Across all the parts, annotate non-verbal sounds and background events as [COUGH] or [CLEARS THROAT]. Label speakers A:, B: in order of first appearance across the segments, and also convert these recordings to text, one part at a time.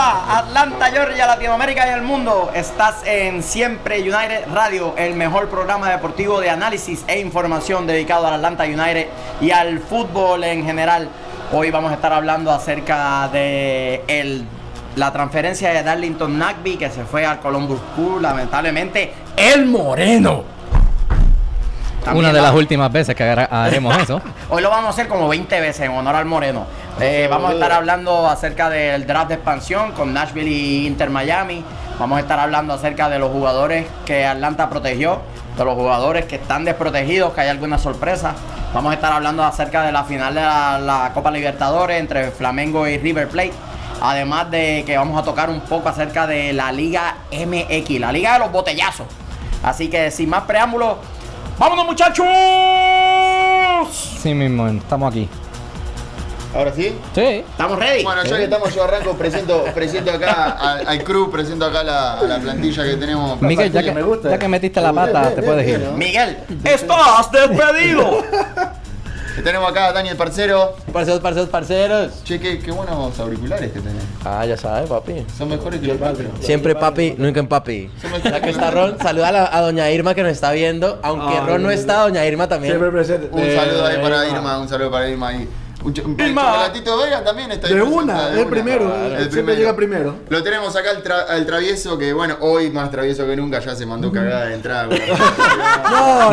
A: Atlanta, Georgia, Latinoamérica y el mundo. Estás en Siempre United Radio, el mejor programa deportivo de análisis e información dedicado al Atlanta United y al fútbol en general. Hoy vamos a estar hablando acerca de el, la transferencia de Darlington Nagby que se fue al Columbus Crew, lamentablemente.
B: El Moreno.
A: También
C: Una de
A: va-
C: las últimas veces que agra- haremos eso.
A: Hoy lo vamos a hacer como 20 veces en honor al Moreno. Eh, vamos a estar hablando acerca del draft de expansión con Nashville y Inter Miami. Vamos a estar hablando acerca de los jugadores que Atlanta protegió, de los jugadores que están desprotegidos, que hay alguna sorpresa. Vamos a estar hablando acerca de la final de la, la Copa Libertadores entre Flamengo y River Plate. Además de que vamos a tocar un poco acerca de la Liga MX, la Liga de los Botellazos. Así que sin más preámbulos, ¡vámonos muchachos!
C: Sí mismo, estamos aquí.
B: Ahora sí.
C: Sí.
A: ¿Estamos ready?
B: Bueno, ya
C: Sí.
B: que estamos, yo arranco, presento, presento acá al, al crew, presento acá la, a la plantilla que tenemos.
C: Miguel, ya que,
D: me gusta.
C: ya que metiste la
D: Bien,
C: pata,
D: bien,
C: te
D: bien,
C: puedes
D: bien,
C: ir.
D: ¿no?
A: Miguel, estás despedido.
B: Que tenemos acá a Daniel Parcero.
D: Parceros, parceros, parceros.
B: Che, qué, qué buenos auriculares que tenés.
D: Ah, ya sabes, papi.
B: Son mejores que los otros.
D: Siempre papi, nunca en papi.
B: Son mejores
D: Ya que
B: los
D: está
B: otros.
D: Ron, saluda a, la- a doña Irma que nos está viendo.
A: Ah,
D: Aunque Ron no está, doña Irma también.
E: Siempre presente.
B: Un saludo ahí para Irma, un saludo para Irma ahí. Un, cho- un chocolatito Vega también está ahí.
E: De
B: presente,
E: una, el primero, siempre llega primero.
B: Lo tenemos acá al, tra- al travieso que, bueno, hoy más travieso que nunca ya se mandó cagada de entrada. güey.
E: No,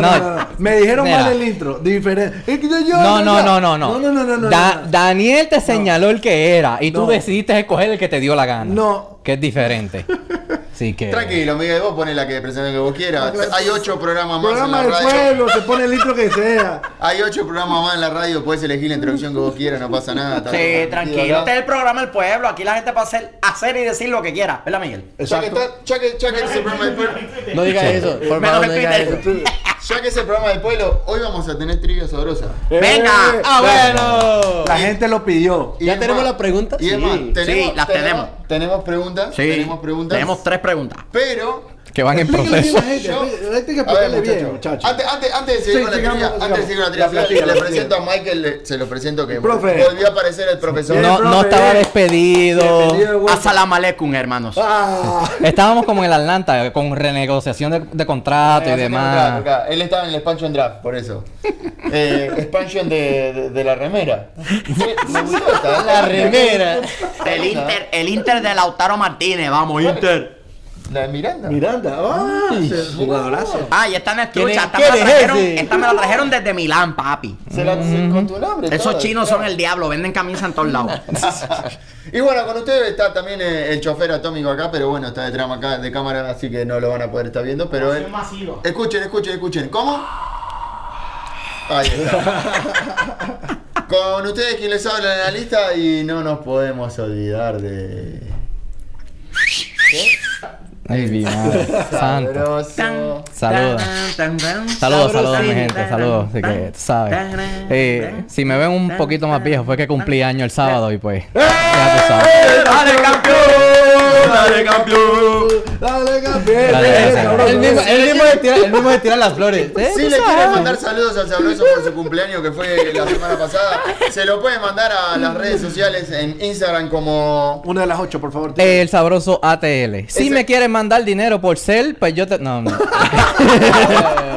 C: No.
E: no, no, no. Me dijeron
C: Mira.
E: mal el intro. Diferente. Es que yo- yo-
C: No, no,
E: yo-
C: no, no, no.
E: No, no, no, no.
C: Da-
E: no, no.
C: Daniel te señaló el que era y tú
E: No.
C: decidiste escoger el que te dio la gana.
E: No.
C: Que es diferente. Así que.
B: Tranquilo, Miguel, vos pones la que presentes que vos quieras. Hay ocho programas más
E: Programa
B: en
E: del
B: la radio.
E: pueblo, se pone el intro que sea.
B: Hay ocho programas más en la radio, puedes elegir la introducción que vos quieras, no pasa nada. está
A: Sí,
B: todo permitido
A: tranquilo. Este
B: acá.
A: es el programa del pueblo. Aquí la gente puede hacer, hacer y decir lo que quiera. ¿Verdad, Miguel?
B: Ya que, está- ya que- ya que es el programa del pueblo,
D: No digas eso, por
A: Menos
D: favor,
A: en
D: no digas
A: Twitter.
D: eso.
B: ya que es el programa del pueblo, hoy vamos a tener trivia sabrosa.
A: Venga. ah,
E: Eh,
D: bueno!
E: La gente lo pidió.
B: Y
D: ¿Ya
B: es
D: tenemos
B: más-
D: las preguntas?
B: Y es
D: Sí.
B: más, tenemos,
A: Sí, las tenemos.
B: Tenemos preguntas, tenemos preguntas.
A: Tenemos tres preguntas.
B: Pero
C: Que van [LAUGHS] en
E: Explíquenle bien
C: proceso.
E: a la gente.
B: Yo-
E: explí- Hay que
B: A ver,
E: explicarle bien,
B: muchachos.
E: muchachos.
B: Antes, antes, antes de seguir
E: Sí,
B: con la
E: sigamos,
B: trivia,
E: sigamos.
B: antes de seguir con la
E: La
B: trivia,
E: plantilla,
B: le
E: la
B: presento a Michael, le- se lo presento que
E: profe.
B: volvió a aparecer el profesor.
C: No, no estaba despedido.
E: Bienvenido de vuelta.
A: Asalamu alaikum, hermanos.
E: Ah,
C: Estábamos como en el Atlanta, con renegociación de, de contrato y
B: Acá, acá,
C: demás.
B: acá. Él estaba en el expansion draft, por eso. Eh, expansion de, de- de la remera. Me gustó esta,
D: La remera.
A: El Inter, el Inter de Lautaro Martínez. Vamos, Inter.
B: La de Miranda.
E: Miranda, ah, se- jugadorazo.
A: Ah, y esta no es
D: ¿Quién es-
A: trucha. Esta me,
D: quién
A: la
D: es
A: trajeron,
D: ese?
A: esta me la trajeron desde Milán, papi.
B: Se la, se- con tu nombre.
A: Esos
B: todo.
A: chinos son el diablo. Venden camisas en todos
D: [LAUGHS]
A: lados.
B: [LAUGHS] Y bueno, con ustedes está también eh, el chofer atómico acá, pero bueno, está detrás acá de cámara, así que no lo van a poder estar viendo. Pero él- Escuchen, escuchen, escuchen. ¿Cómo? Ahí está. con ustedes quien les habla el analista y no nos podemos olvidar de.
C: Ay, mi madre. Santo.
B: Sabroso.
C: Saludos. Saludos, saludos, mi gente, saludos. Así que, tú sabes. Eh, si me ven un poquito más viejo, fue que cumplí año el sábado y pues. ya tú sabes.
B: ¡Eh!
A: ¡Dale, campeón! ¡Dale, campeón!
E: Dale, campeón.
C: Dale,
E: eh,
C: dale.
E: cabrón.
D: El mismo, el mismo de tirar, el mismo de tirar las flores. ¿eh?
B: Si le quieren mandar saludos al Sabroso por su cumpleaños que fue la semana pasada, se lo pueden mandar a las redes sociales en Instagram como.
E: Una de las ocho, por favor. tío.
C: El sabroso ATL. Si
B: Ese-
C: me quieren mandar dinero por cel, pues yo te. No, no. [LAUGHS]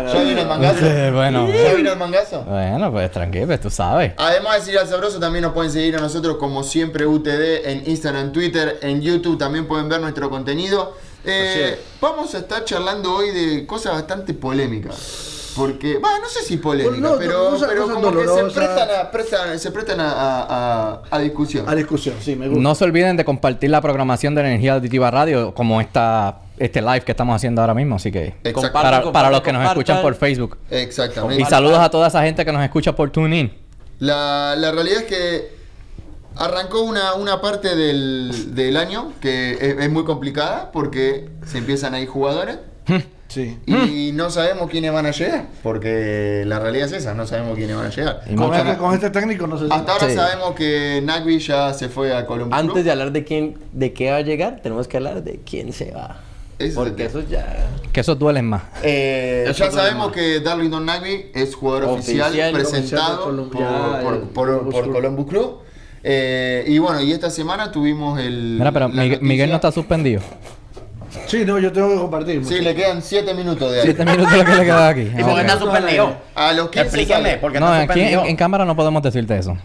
B: ¿Ya vino el mangazo?
C: Eh, bueno.
B: ¿Ya vino el mangazo?
C: Bueno, pues tranquilo, pues tú sabes.
B: Además de ir al sabroso, también nos pueden seguir a nosotros como siempre UTD en Instagram, Twitter, en YouTube, también pueden ver nuestro contenido. Eh, vamos a estar charlando hoy de cosas bastante polémicas. Porque, va, no sé si polémicas,
E: No, no,
B: pero,
E: cosas-
B: pero
E: cosas
B: como que se
E: dolorosas.
B: prestan a, prestan- se prestan a, a- a- a discusión.
E: A discusión, sí, me gusta.
C: No se olviden de compartir la programación de Energía Auditiva Radio, como esta, este live que estamos haciendo ahora mismo. Así que.
B: Exacto.
C: Para,
D: Compartan,
C: para los que nos
D: compartan.
C: escuchan por Facebook.
B: Exactamente.
C: Y saludos a toda esa gente que nos escucha por TuneIn.
B: La, la realidad es que arrancó una, una parte del, del año que es, es muy complicada porque se empiezan a ir jugadores
E: Sí.
B: y no sabemos quiénes van a llegar. Porque la realidad es esa, no sabemos quiénes van a llegar.
C: Y
E: Con
C: mucho-
E: este, con este técnico no sé si.
B: Hasta ahora
C: Sí.
B: sabemos que Nagby ya se fue a Columbus
D: Antes
B: Crew.
D: de hablar de quién, de qué va a llegar, tenemos que hablar de quién se va.
B: Ese es el
D: Porque
B: tema.
D: eso ya.
C: Que esos duelen más.
B: Eh,
A: Eso
B: ya
A: es otro
B: sabemos que Darlington Nagby es jugador oficial,
D: Oficial,
B: presentado
E: oficial de
B: por,
E: Colombia,
B: por-
E: el
B: por-
E: Columbus
B: por
E: Crew.
B: Columbus Club. Eh, y bueno, y esta semana tuvimos el.
C: Mira, pero
B: la
C: Migue-
B: noticia-
C: Miguel no está suspendido.
E: Sí, no, yo tengo que compartir.
B: Sí, le quedan 7 minutos de ahí.
C: Siete minutos lo que le queda aquí.
A: ¿Y por qué
C: Ok.
A: está suspendido?
B: A los 15
A: Explíquenme,
B: sale.
A: ¿por qué
C: No,
A: está
C: aquí en,
A: suspendido?
C: en cámara no podemos decirte eso.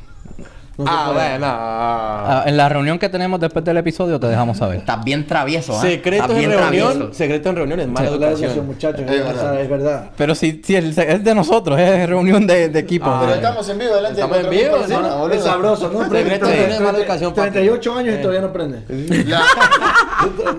D: Ah, bueno.
C: Ah, en la reunión que tenemos después del episodio te dejamos saber.
A: Estás bien travieso, ¿eh?
D: Secretos
A: Estás
D: Ah, en
A: bien
D: reunión.
A: travieso.
D: Secreto en reunión es mala
E: Claro,
D: educación.
E: muchachos.
B: Es
E: Es
B: verdad.
E: verdad. Es verdad.
C: Pero si, si el- es de nosotros, es reunión de, de equipo.
B: Ah, Pero estamos en vivo delante
D: Estamos en
B: de 4.000
D: vivo,
B: personas,
D: sí.
B: boludo.
E: Es sabroso,
B: [LAUGHS]
E: ¿no?
D: Secreto de tener mala educación, papi.
E: 38
B: Eh.
E: años y todavía no prende.
B: La-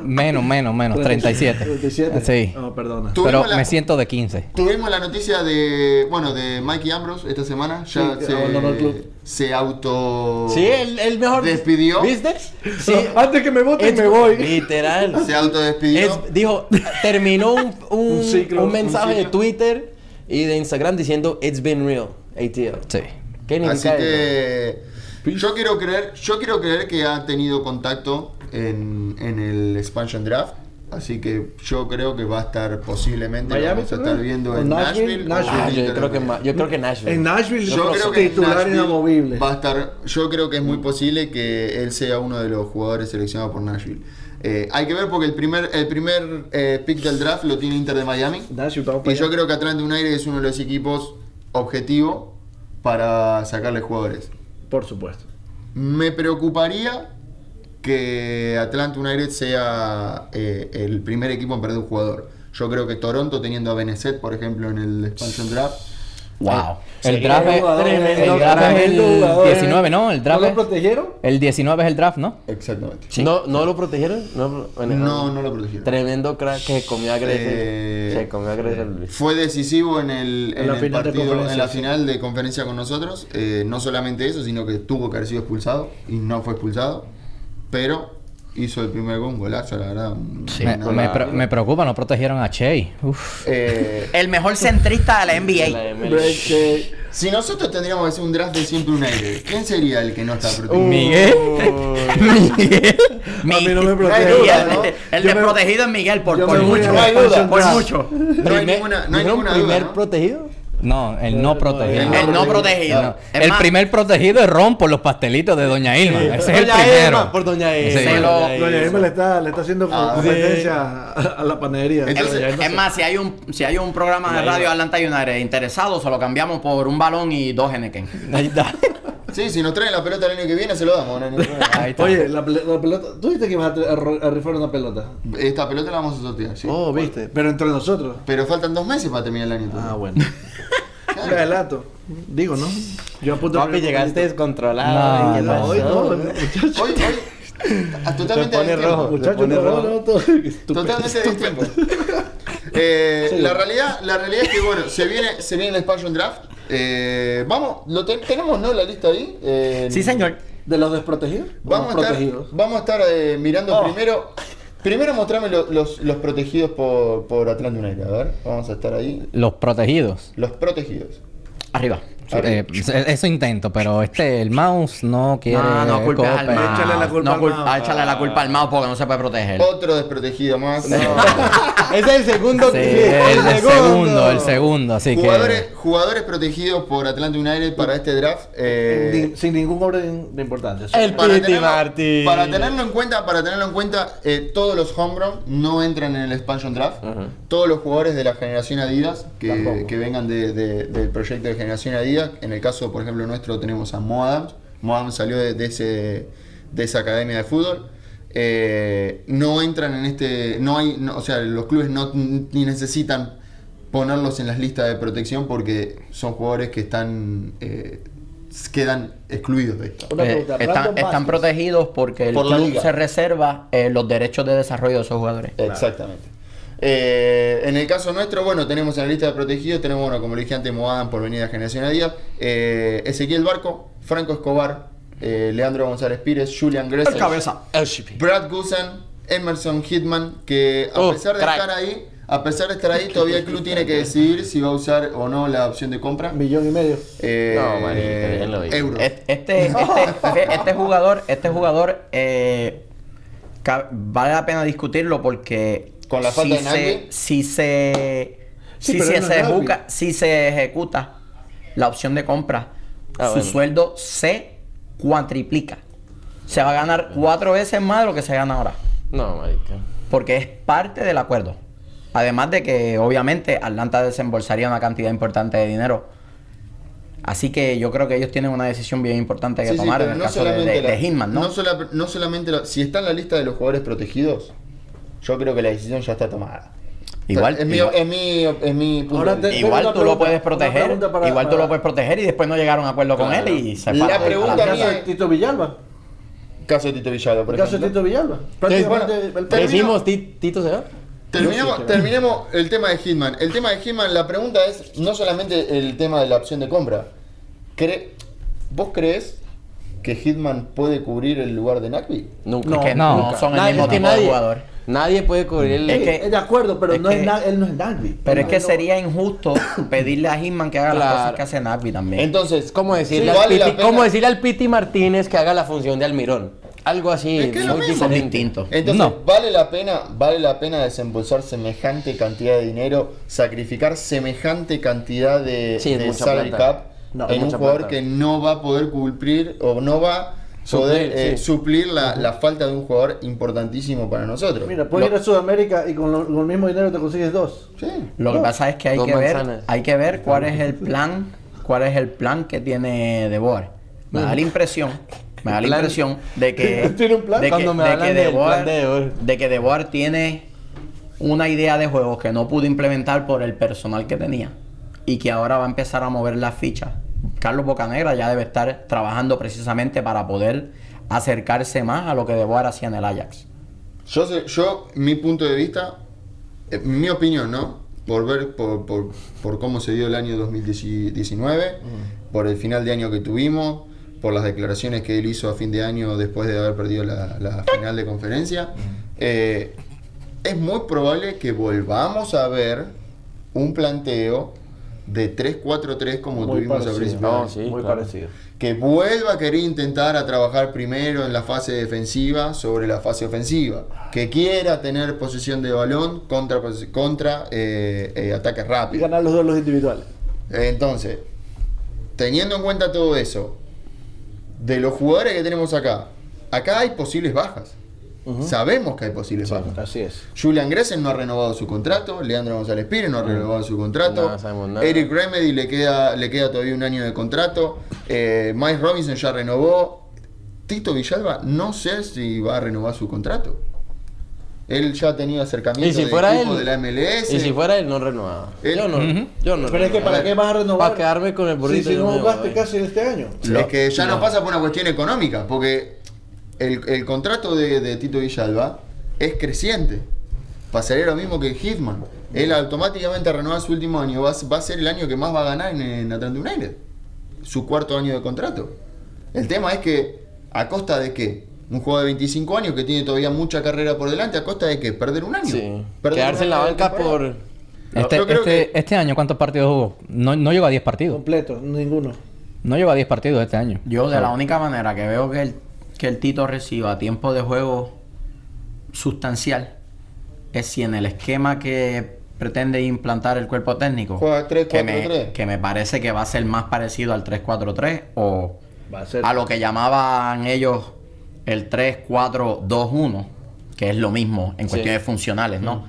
C: Menos, menos, menos. 37.
E: 37.
C: Sí.
E: No, perdona.
B: Tú-
C: Pero
B: Tuvimos la-
C: me siento de 15.
B: tuvimos la noticia de, bueno, de Mikey Ambrose esta semana. Ya
E: Sí, abandonó el
B: se,
E: club.
B: se auto...
D: Sí, el, el mejor.
B: ¿Despidió?
D: ¿Viste? Ah, Sí. [LAUGHS]
E: Antes que me voten,
D: Es-
E: me voy.
D: Literal.
B: Se autodespidió.
D: Es- dijo, terminó un, un,
E: Un ciclo,
D: un
E: un
D: mensaje de
B: ciclo.
D: Twitter y de Instagram diciendo It's been real, ATL.
C: Sí.
D: ¿Qué
B: Así
D: significa eso?
B: que yo quiero creer, yo quiero creer que ha tenido contacto en, en el expansion draft. Así que yo creo que va a estar posiblemente lo
E: Miami
B: vamos a
E: también.
B: estar viendo
E: ¿O
B: en Nashville.
E: Nashville?
B: o
E: Nashville.
D: Ah,
B: en
D: yo, creo que,
B: Indianapolis.
D: ma- yo creo que Nashville.
E: En Nashville,
B: Yo creo que
E: titular
B: Nashville
E: inamovible.
B: Va a estar, yo creo que es muy posible que él sea uno de los jugadores seleccionados por Nashville. Eh, hay que ver porque el primer, el primer eh, pick del draft lo tiene Inter de Miami.
E: Nashville, vamos
B: Y
E: para
B: yo
E: allá.
B: creo que Atlanta United es uno de los equipos objetivo para sacarle jugadores.
E: Por supuesto.
B: Me preocuparía que Atlanta United sea eh, el primer equipo en perder un jugador. Yo creo que Toronto, teniendo a Beneset, por ejemplo, en el expansion draft,
C: Wow. El draft es el
E: Tremendo
C: draft es el
E: tremendo jugador, eh.
C: 19, ¿no? El draft
E: ¿No
C: es-
E: lo protegieron?
C: El 19 es el draft, ¿no?
B: exactamente.
D: ¿No, ¿No lo protegieron? No, bueno,
B: No, no lo protegieron.
D: Tremendo crack que se comió a Grecia.
B: Eh,
D: se comió a Grecia Luis.
B: Fue decisivo en el,
E: En
B: en
E: la
B: el
E: final de
B: partido,
E: conferencia,
B: en la
E: sí.
B: final de conferencia con nosotros. Eh, no solamente eso, sino que tuvo que haber sido expulsado y no fue expulsado. Pero hizo el primer gol, un golazo, la verdad. un-
C: me,
B: una-
C: me pre- me preocupa, no protegieron a Che. Uf.
B: Eh,
A: El mejor centrista de la NBA.
D: La MLS.
B: Porque si nosotros tendríamos que hacer un draft de siempre un aire, ¿quién sería el que no está protegido?
C: Miguel. Miguel.
E: A mí no me
A: Mi-
E: protege,
A: Miguel,
B: ¿no?
A: El
E: Yo me-
A: desprotegido es Miguel por,
E: yo
A: por
E: me voy
A: mucho.
E: a la expansión
A: por
E: draft.
A: mucho.
B: No hay ninguna, no hay
D: ¿Dijeron
B: ninguna duda.
D: primer
B: ¿no?
D: protegido?
C: No, el no protegido.
B: El
A: El no protegido.
C: No.
A: Es
C: El
A: más,
C: primer protegido es Ron por los pastelitos de Doña Irma. Ese es el
D: Doña
C: primero.
D: Irma, por Doña Irma.
C: Sí.
D: por
A: lo-
D: Doña Irma.
E: Doña Irma le está, le está haciendo
B: Ah,
E: competencia a, a la panadería.
A: Es,
B: Entonces,
A: es más, si hay un si hay un programa de
D: Mira,
A: radio
D: ahí va.
A: Atlanta United interesado, se lo cambiamos por un balón y dos Henneken.
C: Ahí está.
E: Uh.
B: Sí, si nos traen la pelota el año que viene, se lo damos. no hay ningún problema.
C: Ahí está.
E: Oye, la, pel- la pelota. ¿Tú viste que ibas a, tra- a ro- a rifar una pelota?
B: Esta pelota la vamos a sortear, sí.
E: Oh, viste. Pero entre nosotros.
B: Pero faltan dos meses para terminar el año.
E: Ah,
B: todavía.
E: [LAUGHS] bueno. Relato. Digo, ¿no? Yo apunto
D: Papi, llegaste
C: No,
D: descontrolado. ¿y ¿Qué
E: No, hoy no,
D: pasó?
E: muchacho.
B: Hoy, hoy, a- totalmente
D: Te pone
B: del tiempo.
D: rojo. Se
E: Muchacho,
D: pone
E: no,
D: rojo.
E: no, todo.
B: Totalmente del tiempo. Eh, la, realidad, la realidad es que, bueno, se viene, se viene el expansion draft. Eh, vamos, lo te- tenemos, ¿no? La lista ahí. Eh,
E: ¿De los desprotegidos?
B: Vamos a
E: Los
B: estar,
E: protegidos.
B: vamos a estar eh, mirando primero. Primero mostrame lo- los, los protegidos por, por Atlanta United. A ver, vamos a estar ahí.
C: Los protegidos.
B: Los protegidos.
A: Arriba.
C: Eh, eso intento, pero este, el mouse no quiere.
A: No, no culpes al
C: cooperar.
A: Mao.
E: Échale la culpa
A: No
E: al
A: cul-
E: Mao.
A: ah, échale la culpa al Mao porque no se puede proteger.
B: Otro desprotegido [LAUGHS] más.
D: Ese es el segundo.
C: Sí,
D: que-
C: el, el segundo, el segundo, así
B: Jugadores,
C: que.
B: jugadores protegidos por Atlanta United para este draft. eh,
E: Ni- sin ningún orden de importancia.
D: El Piti Martí.
B: para tenerlo en cuenta, para tenerlo en cuenta, eh, todos los homegrown no entran en el expansion draft. Todos los jugadores de la generación Adidas que,
E: Tampoco.
B: que vengan de- de- del proyecto de generación Adidas. En el caso, por ejemplo, nuestro tenemos a Mo Adams. Mo Adams salió de, de ese, de esa academia de fútbol. Eh, no entran en este, no hay, no- o sea, los clubes no ni necesitan ponerlos en las listas de protección porque son jugadores que están eh, quedan excluidos de esto.
E: Una
A: Eh,
E: pregunta,
A: están,
E: Brandon
A: están
E: Vázquez.
A: protegidos porque el
B: Por la
A: club
B: liga.
A: se reserva eh, los derechos de desarrollo de esos jugadores.
B: Exactamente. Eh, en el caso nuestro, bueno, tenemos en la lista de protegidos, tenemos, bueno, como le dije antes, Moadan por venida Generación Adidas, eh, Ezequiel Barco, Franco Escobar, eh, Leandro González Pires, Julian Gressel,
D: LCP.
B: Brad Gusan, Emerson Hitman, que a
D: Oh,
B: pesar de
D: crack.
B: estar ahí, a pesar de estar ahí, todavía el club tiene que decidir si va a usar o no la opción de compra.
E: Millón y medio.
B: Eh,
D: No, manito, bien lo digo.
B: euro.
A: Este, este, este- este jugador, este jugador eh, ca- vale la pena discutirlo porque
B: Con la falta
A: si
B: de
A: se,
B: Nagby.
A: si se
E: Sí,
A: si
E: pero
A: se,
E: no es
A: se
E: Nagby.
A: ejecuta, si se ejecuta la opción de compra,
D: Ah,
A: su
D: bueno.
A: sueldo se cuantriplica. Se va a ganar cuatro veces más de lo que se gana ahora.
D: No, marica.
A: Porque es parte del acuerdo. Además de que, obviamente, Atlanta desembolsaría una cantidad importante de dinero. Así que yo creo que ellos tienen una decisión bien importante que
B: Sí, sí,
A: tomar
B: pero
A: en el
B: no
A: caso de, de-
B: solamente la-
A: de Hitman, ¿no?
B: No, sola- no solamente la- si está en la lista de los jugadores protegidos, yo creo que la decisión ya está tomada.
A: Igual,
B: es mi,
A: igual-
B: es mi, es mi punto
E: Ahora
B: de
E: te-
B: vista.
A: Igual
E: una
A: tú lo
E: pregunta,
A: puedes
E: una
A: proteger,
E: pregunta para-
A: igual tú
E: para-
A: lo puedes proteger y después no llegaron a acuerdo con
B: Claro.
A: él y se
B: La
A: parte a
B: pregunta
A: mierda.
E: caso
B: mía-
E: de Tito Villalba.
B: Caso de Tito Villado, por
E: El caso de
B: ejemplo.
E: Tito Villalba. Prácticamente
B: bueno,
E: el-
B: Termino.
D: Decimos, Ti- Tito se va.
B: Terminemos,
E: Yo sí,
B: terminemos el tema de Hitman. El tema de Hitman, la pregunta es no solamente el tema de la opción de compra. Cre- ¿Vos crees que Hitman puede cubrir el lugar de Nakvi?
D: Nunca.
A: Es que no, son el
D: Nadie-
A: mismo
D: es que
A: tipo de
D: nadie-
A: jugador.
D: Nadie puede cubrir el.
A: Es que-
E: Es de acuerdo, pero
A: es
E: no es
A: que-
E: na- él no es Nagby.
A: Pero es que
E: No.
A: sería injusto [COUGHS] pedirle a Hitman que haga las
D: Claro.
A: cosas que hace Navi también.
B: Entonces,
D: Es como
B: Sí,
D: decirle, al,
B: vale la
D: Piti,
B: pena.
D: como decirle al Piti Martínez que haga la función de Almirón. Algo así,
B: Es que es lo
D: muy
B: mismo.
A: son
D: diferente.
A: distintos.
B: Entonces,
C: No.
B: ¿vale la pena vale la pena desembolsar semejante cantidad de dinero, sacrificar semejante cantidad de,
D: Sí, es
B: de
D: mucha
B: salary
D: plata.
B: cap
D: No, es
B: en un
D: mucha
B: jugador
D: plata.
B: que no va a poder cumplir o no va a
D: Suplir,
B: poder eh,
D: sí.
B: suplir la, la falta de un jugador importantísimo para nosotros?
E: Mira, puedes
B: Lo-
E: ir a Sudamérica y con, lo- con el mismo dinero te consigues dos.
B: Sí.
A: Lo que pasa es que hay
D: Dos
A: que ver,
D: manzanas.
A: hay que ver cuál es el plan, cuál es el plan que tiene De Boer. Me da la impresión, me da la
D: Plan.
A: impresión de que
E: [LAUGHS] ¿Tiene un plan?
A: de que,
D: Cuando me
A: de
D: hablan
A: que
D: del
A: De Boer-
D: plan de De Boer.
A: de que De Boer tiene una idea de juego que no pudo implementar por el personal que tenía y que ahora va a empezar a mover las fichas. Carlos Bocanegra ya debe estar trabajando precisamente para poder acercarse más a lo que De Boer hacía en el Ajax.
B: Yo, sé- yo, mi punto de vista, eh, mi opinión, ¿no? Por ver, por, por- por cómo se dio el año 2019, por el final de año que tuvimos, por las declaraciones que él hizo a fin de año después de haber perdido la, la final de conferencia, eh, es muy probable que volvamos a ver un planteo de 3-4-3 como
E: Muy
B: tuvimos
E: parecido.
B: al principio. del
D: No,
B: año
D: sí,
E: Muy
D: claro.
E: parecido.
B: que vuelva a querer intentar a trabajar primero en la fase defensiva sobre la fase ofensiva, que quiera tener posesión de balón contra, pos- contra eh, eh, ataques
E: Y
B: rápidos.
E: ganar los duelos individuales.
B: Entonces, teniendo en cuenta todo eso, de los jugadores que tenemos acá, acá hay posibles bajas. Sabemos que hay posibles bajas.
E: Así es.
B: Julian Gresen no ha renovado su contrato, Leandro González Pires no ha renovado su contrato,
D: No sabemos Mm. nada.
B: Eric Remedy le queda, le queda todavía un año de contrato, eh, Mike Robinson ya renovó, Tito Villalba no sé si va a renovar su contrato. Él ya ha tenido acercamiento
D: Y si
B: de
D: fuera
B: equipo de
D: él.
B: la MLS.
D: Y si fuera él, no renovaba.
B: Él-
D: Yo no.
C: Ujú.
D: Yo no.
E: Pero es que
D: renovaba.
E: ¿para qué vas a renovar?
D: Para quedarme con el burrito.
E: Sí, si
D: yo
E: no
D: me
E: jugaste
D: voy.
E: casi este año.
B: es que ya no. pasa por una cuestión económica, porque el, el contrato de, de Tito Villalba es creciente. Pasaría lo mismo que Hitman. Él automáticamente renueva su último año. Va, a- va a ser el año que más va a ganar en, en Atlanta United. Su cuarto año de contrato. El tema es que, ¿a costa de qué? Un juego de 25 años que tiene todavía mucha carrera por delante, ¿a costa de qué? Perder un año.
D: Sí.
B: Perder
D: Quedarse en
B: un
D: la
B: año de
D: banca
B: temporada.
D: por.
C: Este,
B: yo creo
C: este-
B: que-
C: este año, ¿cuántos partidos jugó? No, no llegó a 10 partidos.
E: Completo, ninguno.
C: No llegó a 10 partidos este año.
A: Yo de la única manera que veo que el, que el Tito reciba tiempo de juego sustancial es si en el esquema que pretende implantar el cuerpo técnico
B: Juega 3-4-3.
A: que, me, que me parece que va a ser más parecido al 3-4-3 o
E: Va a ser.
A: a lo que llamaban ellos el 3-4-2-1 que es lo mismo en
D: Sí.
A: cuestiones funcionales, ¿no?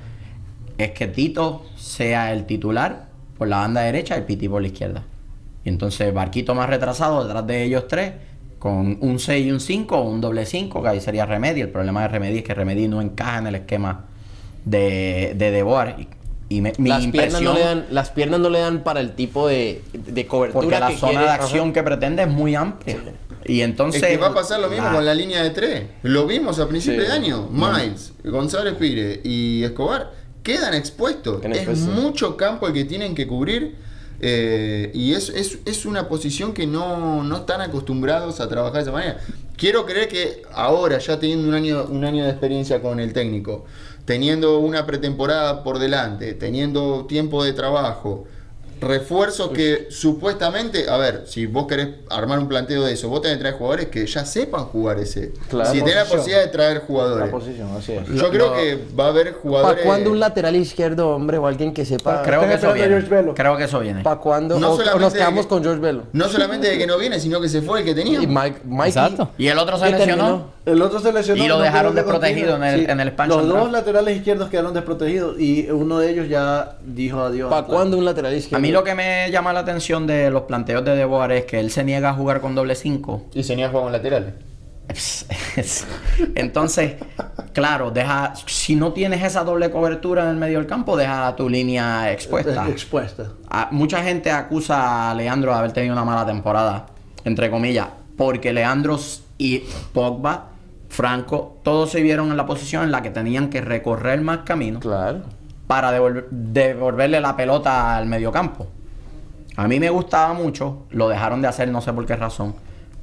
A: Es que Tito sea el titular por la banda derecha y Piti por la izquierda. Y entonces Barquito más retrasado detrás de ellos tres, con un 6 y un 5, un doble 5, que ahí sería Remedy. El problema de Remedy es que Remedy no encaja en el esquema de, de De Boer. Y, y me- mi
D: las, piernas
A: impresión,
D: no le dan, las piernas no le dan para el tipo de, de cobertura.
A: porque la
D: que
A: zona
D: quiere.
A: de acción que pretende es muy amplia. Y entonces...
B: es que va a pasar lo mismo
A: la-
B: con la línea de tres. Lo vimos a principio
D: Sí.
B: de año. Miles, González Pires y Escobar quedan expuestos.
D: Quedan
B: es
D: expuestos.
B: mucho campo el que tienen que cubrir. eh, y es, es- es una posición que no, no están acostumbrados a trabajar de esa manera. Quiero creer que ahora, ya teniendo un año, un año de experiencia con el técnico, teniendo una pretemporada por delante, teniendo tiempo de trabajo, refuerzos que supuestamente, a ver, si vos querés armar un planteo de eso, vos tenés que traer jugadores que ya sepan jugar ese.
E: Claro.
B: si tenés la
E: Posición.
B: posibilidad de traer jugadores.
E: La posición, así es.
B: Yo creo que va a haber
D: ¿Para
B: jugadores.
D: cuándo un lateral izquierdo, hombre, o alguien que sepa?
A: Creo que eso
E: esperando a George
A: viene.
E: Velo.
A: Creo que eso viene.
D: ¿Para cuándo?
B: No
D: o, o nos
B: solamente-
D: quedamos con George Velo.
B: No solamente de que no viene, sino que se fue el que tenía.
D: Y Mike, Mikey.
C: Exacto.
A: Y el otro se
D: ¿Qué
A: lesionó.
D: terminó?
E: El otro se lesionó.
A: Y lo
E: no
A: dejaron
E: pudo jugar
A: desprotegido
E: continuo.
A: en el- en el expansion
E: Los dos
A: draft.
E: laterales izquierdos quedaron desprotegidos y uno de ellos ya dijo adiós.
D: ¿Para cuándo un lateral izquierdo?
A: A mí lo que me llama la atención de los planteos de Deboer es que él se niega a jugar con doble 5.
B: Y se niega a jugar con laterales.
A: [LAUGHS] Entonces, claro, deja si no tienes esa doble cobertura en el medio del campo, deja tu línea expuesta.
E: Eh, Expuesta.
A: A- mucha gente acusa a Leandro de haber tenido una mala temporada, entre comillas, porque Leandro s- y Pogba, Franco, todos se vieron en la posición en la que tenían que recorrer más camino
D: Claro.
A: para devolver- devolverle la pelota al mediocampo. A mí me gustaba mucho, lo dejaron de hacer no sé por qué razón.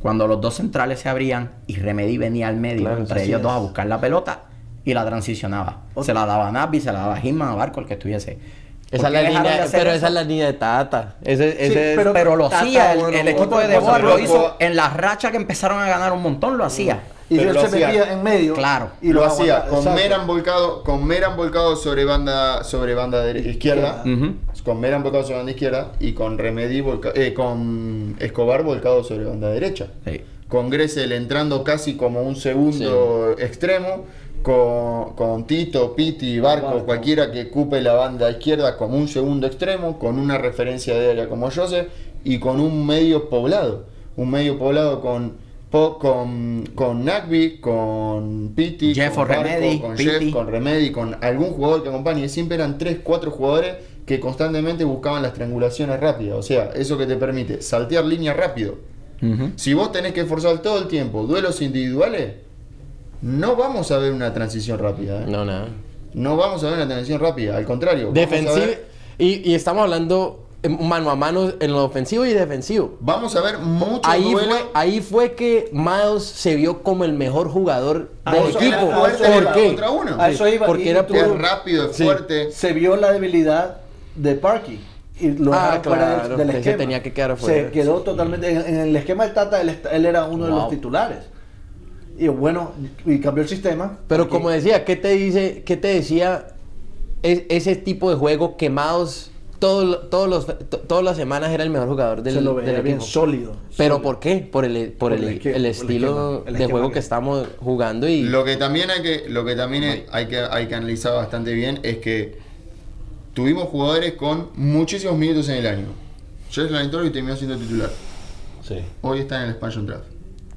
A: Cuando los dos centrales se abrían y Remedy venía al medio,
D: Claro,
A: entre
D: así
A: ellos
D: es.
A: dos a buscar la pelota y la transicionaba. Se la daba a Napi, se la daba a Hitman, a Barco, el que estuviese.
D: Esa
A: ¿Por
D: es
A: qué
D: la
A: dejaron de
D: línea,
A: hacer
D: pero
A: eso?
D: esa es la línea de Tata. Ese, ese es-
A: pero, lo
D: Tata,
A: hacía el,
D: bueno,
A: el equipo de
D: otra
A: De
D: cosa,
A: Boer lo
D: loco.
A: hizo en la racha que empezaron a ganar un montón lo hacía
E: Y
B: Pero
E: él
B: lo
E: se
B: hacía.
E: metía en medio.
A: Claro.
B: Y lo, hacía
E: aguantaba.
B: con
E: Exacto.
B: Meran volcado, con Meran volcado sobre banda, sobre banda dere- izquierda, con Meran volcado sobre banda izquierda y con Remedy volca- eh, con Escobar volcado sobre banda derecha.
A: Sí.
B: Con Gressel entrando casi como un segundo extremo, con, con Tito, Piti, Barco, cualquiera que ocupe la banda izquierda como un segundo extremo, con una referencia de área como Joseph y con un medio poblado, un medio poblado con Po- con, con Nagby, con Piti,
A: Jeff
B: con
A: o Remedy,
B: con
A: Pitti.
B: Jeff, con Remedy, con algún jugador que acompañe. Siempre eran 3, 4 jugadores que constantemente buscaban las triangulaciones rápidas. O sea, eso que te permite saltear líneas rápido. Si vos tenés que forzar todo el tiempo duelos individuales, no vamos a ver una transición rápida. ¿eh? No.
D: No, nada.
B: vamos a ver una transición rápida, al contrario. vamos a
D: Defensivo.
B: ver-
D: Y, y estamos hablando eh, mano a mano en lo ofensivo y defensivo.
B: Vamos a ver mucho
D: Ahí
B: duelo.
D: fue, ahí fue que Miles se vio como el mejor jugador
E: Ah,
D: del
E: eso
B: era
D: equipo.
B: fuerte
D: ¿Por qué?
B: contra uno.
E: A eso iba.
D: Porque
E: y
D: era
E: tú-
B: Es rápido, es
E: Sí.
B: fuerte.
D: Este,
E: Se vio la debilidad de Parky. Y lo
D: Ah,
E: dejaron fuera del-
D: claro,
E: del
D: que se
E: esquema.
D: tenía que quedar fuera.
E: Se quedó totalmente. En, en el esquema del Tata, él, est- él era uno de
D: Wow.
E: los titulares. Y bueno, y cambió el sistema.
D: Pero
E: porque-
D: como decía, ¿qué te dice, qué te decía es- ese tipo de juego quemados todos todos los to- todas las semanas era el mejor jugador del,
E: se lo
D: del
E: veía bien
D: equipo?
E: sólido.
D: Pero
E: sólido.
D: ¿por qué? Por el por,
E: Por
D: el,
E: el esquema,
D: el
E: por el
D: estilo
E: esquema, el
D: de
E: esquema
D: juego que
E: que-
D: estamos jugando y
B: Lo que también hay que, lo que también es- hay que, hay que analizar bastante bien es que tuvimos jugadores con muchísimos minutos en el año. Jason entró y terminó siendo titular.
E: Sí.
B: Hoy está en el expansion draft.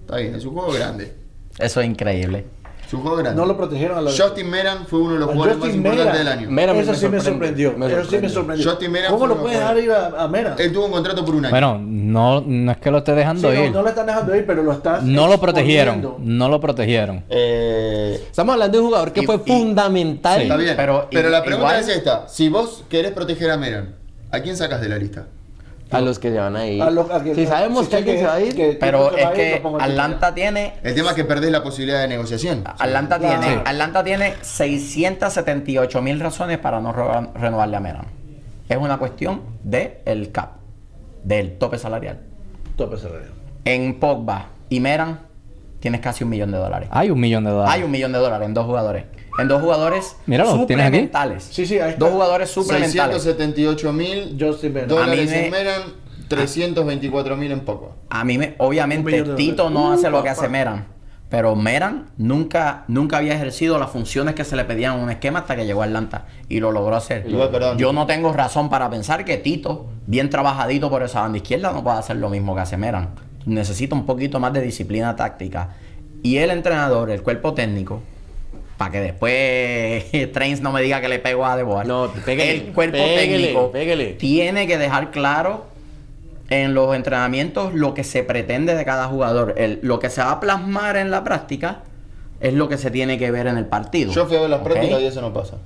B: Está bien, es un juego grande.
A: eso es increíble
B: Es un juego grande.
E: No lo protegieron a la
B: Justin Meran fue uno de los
E: A
B: jugadores
E: Justin
B: más importantes
E: Meran.
B: del año.
D: Mera
E: Eso sí me sorprendió.
D: me
E: Eso sí me
D: sorprendió.
E: sorprendió.
B: Justin Mera
E: ¿Cómo
B: fue
E: lo
B: uno
E: puedes
B: de los
E: dejar ir a, a Mera?
B: Él tuvo un contrato por un año.
C: Bueno, no, no es que lo esté
E: Sí,
C: dejando
E: no,
C: ir.
E: no
C: No,
E: lo están dejando ir, pero lo estás.
C: lo protegieron.
E: exponiendo.
C: No lo protegieron.
B: Eh,
D: Estamos hablando de un jugador que
A: Y-
D: fue
A: y-
D: fundamental.
B: está bien. Pero,
A: pero
B: la
A: i-
B: pregunta
A: igual-
B: es esta: si vos querés proteger a Meran, ¿a quién sacas de la lista?
D: A los que se van a ir.
E: A lo- a que-
D: si sabemos
E: sí,
D: que alguien
E: que-
D: se va a ir,
E: que-
A: pero
E: que Este se
A: es
E: va a ir,
A: que
E: lo pongo en
A: Atlanta tiene
B: El tema es que perdés la posibilidad de negociación.
A: Atlanta
E: Claro.
A: tiene, Atlanta tiene 678 mil razones para no renovar- renovarle a Meran. Es una cuestión de el cap, del tope salarial.
E: Tope cerrado.
A: En Pogba y Meran tienes casi un millón de dólares.
C: Hay un millón de dólares.
A: Hay un millón de dólares en dos jugadores. En dos jugadores
C: Míralo, ¿tienes aquí?
A: suplementales.
E: Sí, sí, ahí está.
A: Dos jugadores suplementales.
B: 678 mil
E: Justin Mera.
B: dólares
A: A mí me-
B: en Meran, 324 mil en poco.
A: A mí, me,
E: Un
A: obviamente,
E: millón de
A: Tito
E: dólares.
A: no
E: Uh,
A: hace lo que hace
E: papá.
A: Meran. Pero Meran nunca, nunca había ejercido las funciones que se le pedían en un esquema hasta que llegó a Atlanta. Y lo logró hacer.
B: Igual, perdón.
A: Yo no tengo razón para pensar que Tito, bien trabajadito por esa banda izquierda, no pueda hacer lo mismo que hace Meran. Necesita un poquito más de disciplina táctica. Y el entrenador, el cuerpo técnico, para que después [LAUGHS] Trains no me diga que le pego a Deboar.
D: No, pégale,
A: El cuerpo
D: pégale,
A: técnico
D: pégale.
A: tiene que dejar claro en los entrenamientos lo que se pretende de cada jugador. El- lo que se va a plasmar en la práctica es lo que se tiene que ver en el partido.
B: Yo fui a ver las
A: ¿ok?
B: prácticas y eso no pasa.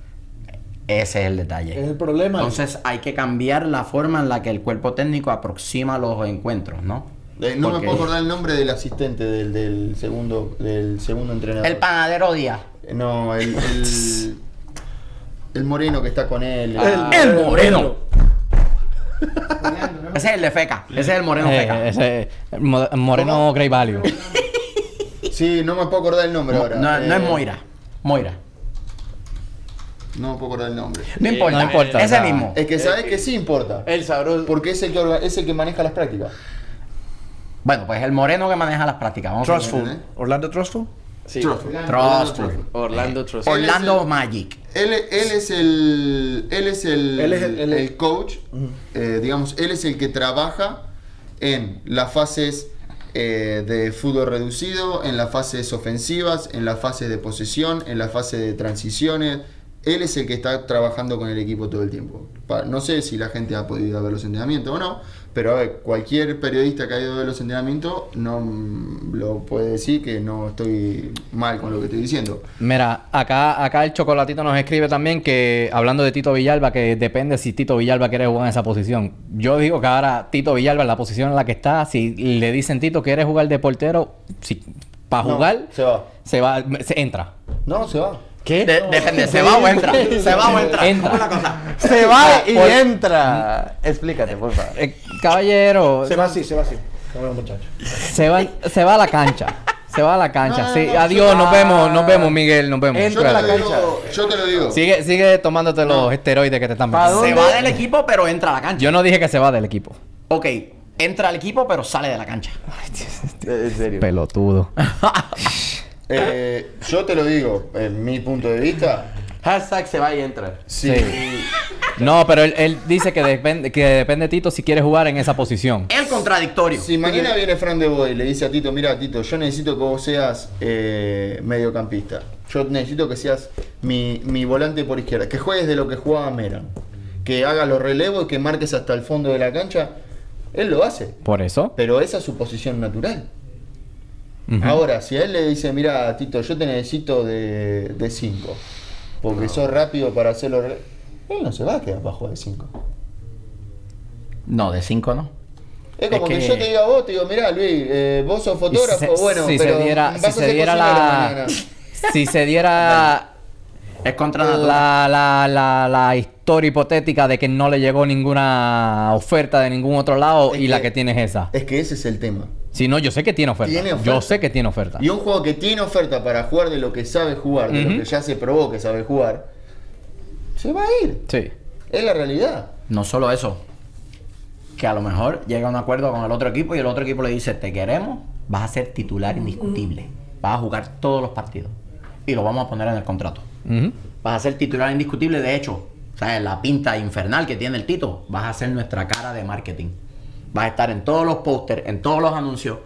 A: Ese es el detalle.
E: Es el problema.
A: Entonces hay que cambiar la forma en la que el cuerpo técnico aproxima los encuentros, ¿no?
B: Eh, no me
A: Porque-
B: puedo acordar el nombre del asistente del, del segundo del segundo entrenador.
A: El panadero Díaz.
B: Eh, No, el, el el moreno que está con él.
D: Ah,
A: El moreno. Ese es el de feca. Ese es el moreno feca.
C: Eh, ese, mo- Moreno
B: ¿Cómo?
C: Grey Value.
B: Sí, no me puedo acordar el nombre
A: No,
B: ahora.
A: no- no es
B: Eh,
A: Moira. Moira.
B: No me puedo acordar el nombre.
A: No
C: Eh,
A: importa.
C: no importa,
A: Ese
C: nada.
A: mismo.
B: Es que sabes que sí importa.
D: El sabroso.
B: Porque es el que, orga- es el que maneja las prácticas.
A: Bueno, pues el moreno que maneja las prácticas. Vamos a poner-
E: Trustful. Orlando Trustful.
D: Sí.
B: Trustful.
A: Trustful.
D: Orlando Trust.
B: Ol-
A: Orlando Magic.
B: Él, él es el. Él es el.
E: Él es el- él es-
B: el coach. eh, digamos, él es el que trabaja en las fases eh, de fútbol reducido, en las fases ofensivas, en las fases de posesión, en las fases de transiciones. Él es el que está trabajando con el equipo todo el tiempo. Pa- No sé si la gente ha podido ir a ver los entrenamientos o no, pero a ver, cualquier periodista que ha ido a ver los entrenamientos no mm, lo puede decir que no estoy mal con lo que estoy diciendo.
C: Mira, acá, acá el chocolatito nos escribe también que, hablando de Tito Villalba, que depende si Tito Villalba quiere jugar en esa posición. Yo digo que ahora Tito Villalba, en la posición en la que está, si le dicen Tito, ¿quieres jugar de portero? Si, para
B: No,
C: jugar,
B: se va.
C: se va, se entra.
B: No, se va.
A: De- depende, ¿se va o
C: [LAUGHS]
A: entra? ¿Se va o entra?
C: Entra.
A: ¿Cómo es la cosa?
D: Se va y
C: Por-
D: entra. Explícate, por favor.
C: Eh, caballero,
E: Se va así, se va así. Cabrón, muchacho.
C: se va, se va a la cancha. Se va a la cancha.
B: No,
C: sí,
B: no, no,
C: adiós,
B: se
C: nos
B: va.
C: vemos, nos vemos, Miguel, nos vemos.
B: Yo te, lo digo, yo te lo digo.
C: Sigue, sigue tomándote los esteroides que te están
D: ¿Pa'
C: metiendo.
A: Se
D: dónde?
A: va del equipo, pero entra a la cancha.
C: Yo no dije que se va del equipo.
A: Ok, entra al equipo, pero sale de la cancha.
D: En serio.
C: Pelotudo.
B: Eh, yo te lo digo, en mi punto de vista.
D: Hashtag se va y entra.
B: Sí.
C: Sí. [LAUGHS] No, pero él, él dice que depende, que depende Tito si quiere jugar en esa posición.
A: El contradictorio.
B: Si mañana viene Fran de Boy y le dice a Tito, mira Tito, yo necesito que vos seas eh, mediocampista. Yo necesito que seas mi, mi volante por izquierda. Que juegues de lo que jugaba Meran. Que hagas los relevos y que marques hasta el fondo de la cancha. Él lo hace.
C: Por eso.
B: Pero esa es su posición natural.
C: Ujú.
B: Ahora, si a él le dice, mira, Tito, yo te necesito de 5, porque sos rápido para hacerlo. re-", Él no se va a quedar para jugar de 5.
A: No, de 5 no.
B: Es como que...
A: que-
B: yo te digo a vos, te digo, mira, Luis, eh, vos sos fotógrafo,
C: Y si se-
B: bueno,
C: si
B: pero
C: se diera,
B: vas
C: si
B: a
C: se
B: ser
C: diera
B: cocinero
C: la,
B: mañana".
C: [LAUGHS] si
B: [LAUGHS]
C: se diera
A: Es contra la...
C: la, la, la, la historia hipotética de que no le llegó ninguna oferta de ningún otro lado
B: Es
C: y la
B: que-
C: que tienes es esa.
B: Es que ese es el tema.
C: Si no, yo sé que tiene oferta.
B: Tiene oferta.
C: Yo sé que tiene oferta.
B: Y un juego que tiene oferta para jugar de lo que sabe jugar, de lo
C: Ujú.
B: que ya se probó que sabe jugar, se va a ir.
C: Sí.
B: Es la realidad.
A: No solo eso. Que a lo mejor llega a un acuerdo con el otro equipo y el otro equipo le dice, te queremos, vas a ser titular indiscutible. Vas a jugar todos los partidos. Y lo vamos a poner en el contrato.
C: Ujú.
A: Vas a ser titular indiscutible, de hecho. ¿Sabes? La pinta infernal que tiene el Tito. Vas a ser nuestra cara de marketing. Vas a estar en todos los pósters, en todos los anuncios.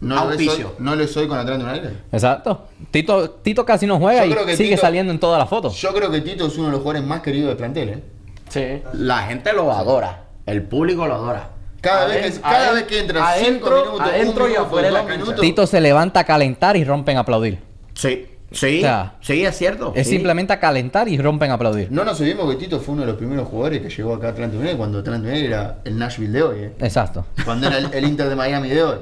B: No lo,
A: Auspicio.
B: soy, no lo soy con atrás de un aire.
C: Exacto. Tito, Tito casi no juega
B: Yo
C: y
B: creo que
C: sigue
B: Tito-
C: saliendo en todas las fotos.
B: Yo creo que Tito es uno de los jugadores más queridos del plantel, ¿eh?
D: Sí.
A: La gente lo adora. El público lo adora.
B: Cada,
D: Aden-
B: vez, que, cada
D: aden-
B: vez que entra 5
D: adentro-
B: minutos, un
D: adentro y
B: minuto,
D: afuera de la
B: dos
D: cancha.
B: minutos,
C: Tito se levanta a calentar y rompen a aplaudir.
A: Sí, sí,
C: O sea,
A: sí, es cierto.
C: Es
A: sí.
C: simplemente a calentar y rompen a aplaudir.
B: No nos olvidemos que Tito fue uno de los primeros jugadores que llegó acá a Atlanta United cuando Atlanta United era el Nashville de hoy, ¿eh?
C: Exacto.
B: Cuando era el, el Inter de Miami de hoy.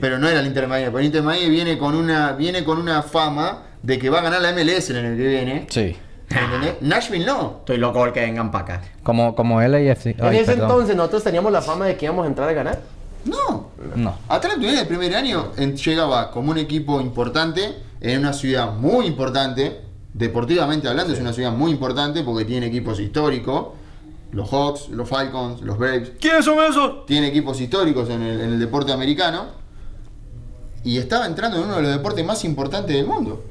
B: Pero no era el Inter de Miami, porque el Inter de Miami viene con una, viene con una fama de que va a ganar la MLS en el año que viene.
C: Sí.
B: ¿Entendés? Nashville no.
A: Estoy loco porque vengan para acá.
C: Como, como LAFC.
D: En ese entonces nosotros teníamos la fama de que íbamos a entrar a ganar.
B: No.
C: No.
B: Atlanta United el primer año en- llegaba como un equipo importante en una ciudad muy importante, deportivamente hablando es una ciudad muy importante porque tiene equipos históricos, los Hawks, los Falcons, los Braves,
E: ¿Quiénes son esos?
B: tiene equipos históricos en el, en el deporte americano y estaba entrando en uno de los deportes más importantes del mundo.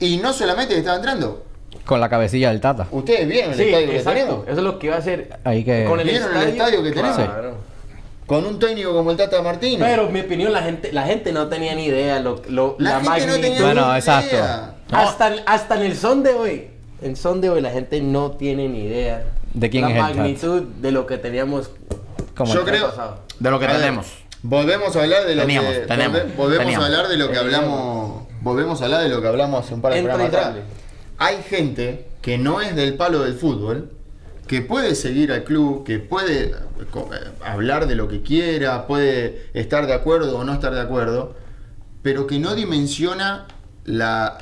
B: Y no solamente estaba entrando,
C: Con la cabecilla del Tata.
B: ustedes vieron el estadio que tenemos.
D: Eso es lo que iba a hacer.
C: Ahí que-
B: ¿Vieron el estadio que tenemos?
D: Claro.
B: Con un técnico como el Tata Martínez.
D: Pero en mi opinión, la gente, la gente no tenía ni idea lo, lo-
B: la, gente no tenía
C: Bueno,
B: ni
C: exacto. Ah,
B: idea.
D: Hasta, hasta en el son de hoy. En son de hoy la gente no tiene ni idea
C: ¿De quién
D: la
C: es el
D: magnitud de lo que teníamos
C: Como
B: Yo
C: el-
B: creo-
D: pasado.
A: De lo que
B: A ver,
A: tenemos.
B: Volvemos a hablar de lo
A: Teníamos,
B: que
A: tenemos,
B: volve- volvemos
A: teníamos.
B: a hablar de lo que hablamos, volvemos a hablar de lo que hablamos hace un par de
D: Eh, Entra
B: programas
D: y
B: atrás.
D: sale.
B: Hay gente que no es del palo del fútbol, que puede seguir al club, que puede eh, co- eh, hablar de lo que quiera, puede estar de acuerdo o no estar de acuerdo, pero que no dimensiona la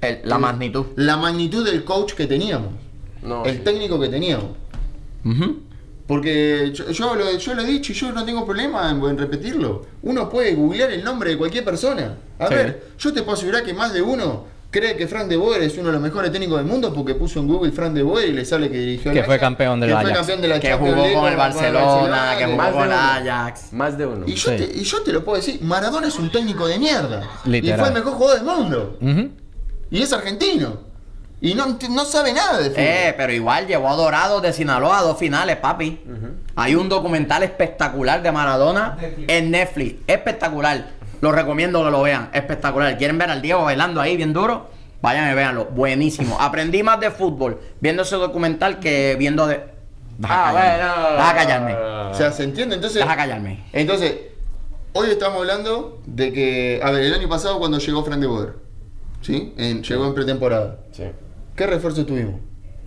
A: El- la magnitud.
B: la magnitud del coach que teníamos,
D: No,
B: el
D: sí.
B: técnico que teníamos.
C: Ujú.
B: Porque yo, yo lo, yo lo he dicho y yo no tengo problema en, en repetirlo. Uno puede googlear el nombre de cualquier persona. A
C: Sí.
B: ver, yo te puedo asegurar que más de uno cree que Frank de Boer es uno de los mejores técnicos del mundo porque puso en Google Frank de Boer y le sale que dirigió al
C: Que fue
B: Ajax,
C: campeón del
B: que fue
C: Ajax.
B: campeón de la
A: Que
B: Champions
A: jugó
B: League,
A: con el Barcelona, que jugó
D: Más
A: con
D: de
A: el
D: uno.
A: Ajax.
D: Más de uno.
B: Y yo,
C: Sí.
B: te, y yo te lo puedo decir, Maradona es un técnico de mierda. Y
C: Literal.
B: fue el mejor jugador del mundo.
C: Ujú.
B: Y es argentino. Y no, ent- no sabe nada de fútbol.
A: Eh, pero igual llevó a Dorado de Sinaloa a dos finales, papi. Hay un documental espectacular de Maradona en Netflix. Espectacular. Lo recomiendo que lo vean. Espectacular. ¿Quieren ver al Diego bailando ahí bien duro? Vayan y véanlo. Buenísimo.
B: [LAUGHS]
A: Aprendí más de fútbol viendo ese documental que viendo de. Deja
D: Ah,
A: callarme.
D: bueno, no, no,
A: Deja
D: no,
A: callarme.
B: o sea, ¿se entiende? Entonces,
A: Deja callarme.
B: entonces, hoy estamos hablando de que, a ver, el año pasado cuando llegó Frank de Boer, ¿sí? En- llegó en pretemporada.
D: Sí.
B: ¿Qué refuerzo tuvimos?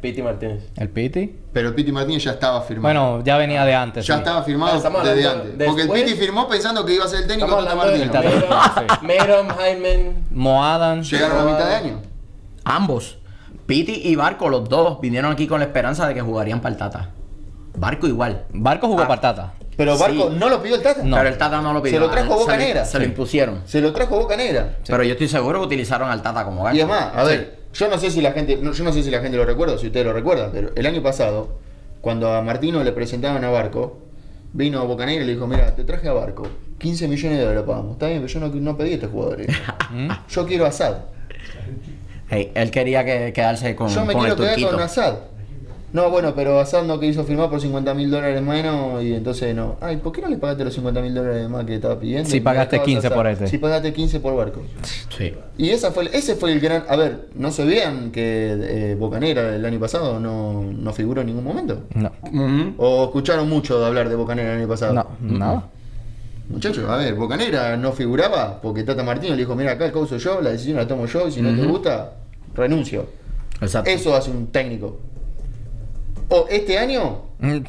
D: Piti Martínez.
C: El Piti.
B: Pero Piti Martínez ya estaba firmado.
C: Bueno, ya venía de antes.
B: ya
C: sí.
B: estaba
D: Ah,
B: firmado
D: estamos
B: desde
D: hablando
B: antes. Porque el
D: después-
B: Piti firmó pensando que iba a ser el técnico
D: Estamos
B: de Tata
D: hablando de
B: Martino.
C: Tata.
D: Merom- Merom, Hyman.
C: Moadan.
B: Llegaron a la mitad de año.
A: Ambos. Piti y Barco, los dos, vinieron aquí con la esperanza de que jugarían para el Tata. Barco igual.
C: Barco jugó
A: Ah.
C: para Tata.
B: Pero Barco
A: Sí.
B: no lo pidió el Tata.
C: No.
A: Pero el Tata no lo pidió.
B: Se lo trajo
A: A él
B: Boca
A: se le-
B: Negra.
A: Se lo
B: Sí.
A: impusieron.
B: Se lo trajo Boca Negra.
A: Pero yo estoy seguro que utilizaron al Tata como gancho.
B: Y además, a ver, yo no sé si la gente, no, yo no sé si la gente lo recuerda, si ustedes lo recuerdan, pero el año pasado, cuando a Martino le presentaban a Barco, vino a Bocanegra y le dijo, mira, te traje a Barco, 15 millones de dólares pagamos, está bien, pero yo no, no pedí a estos jugadores. yo quiero Asad.
A: Hey, él quería que- quedarse con,
B: Yo me
A: con el
B: quiero quedar
A: turquito.
B: con Asad. No, bueno, pero Asad no quiso firmar por 50 mil dólares menos y entonces no. Ay, ¿por qué no le pagaste los 50 mil dólares más que estaba pidiendo?
C: Si
B: Y me
C: pagaste
B: dejabas
C: 15
B: Assad.
C: por este.
B: Si pagaste 15 por Barco.
A: Sí.
B: Y esa fue, el- ese fue el gran. A ver, no se vean que eh, Bocanera el año pasado no, no figuró en ningún momento.
C: No.
B: O escucharon mucho de hablar de Bocanera el año pasado.
C: No, nada.
B: Muchachos, a ver, Bocanera no figuraba porque Tata Martino le dijo: Mira, acá el causo yo, la decisión la tomo yo, y si no te gusta, renuncio.
A: Exacto.
B: Eso hace un técnico. O este año,
C: Mm.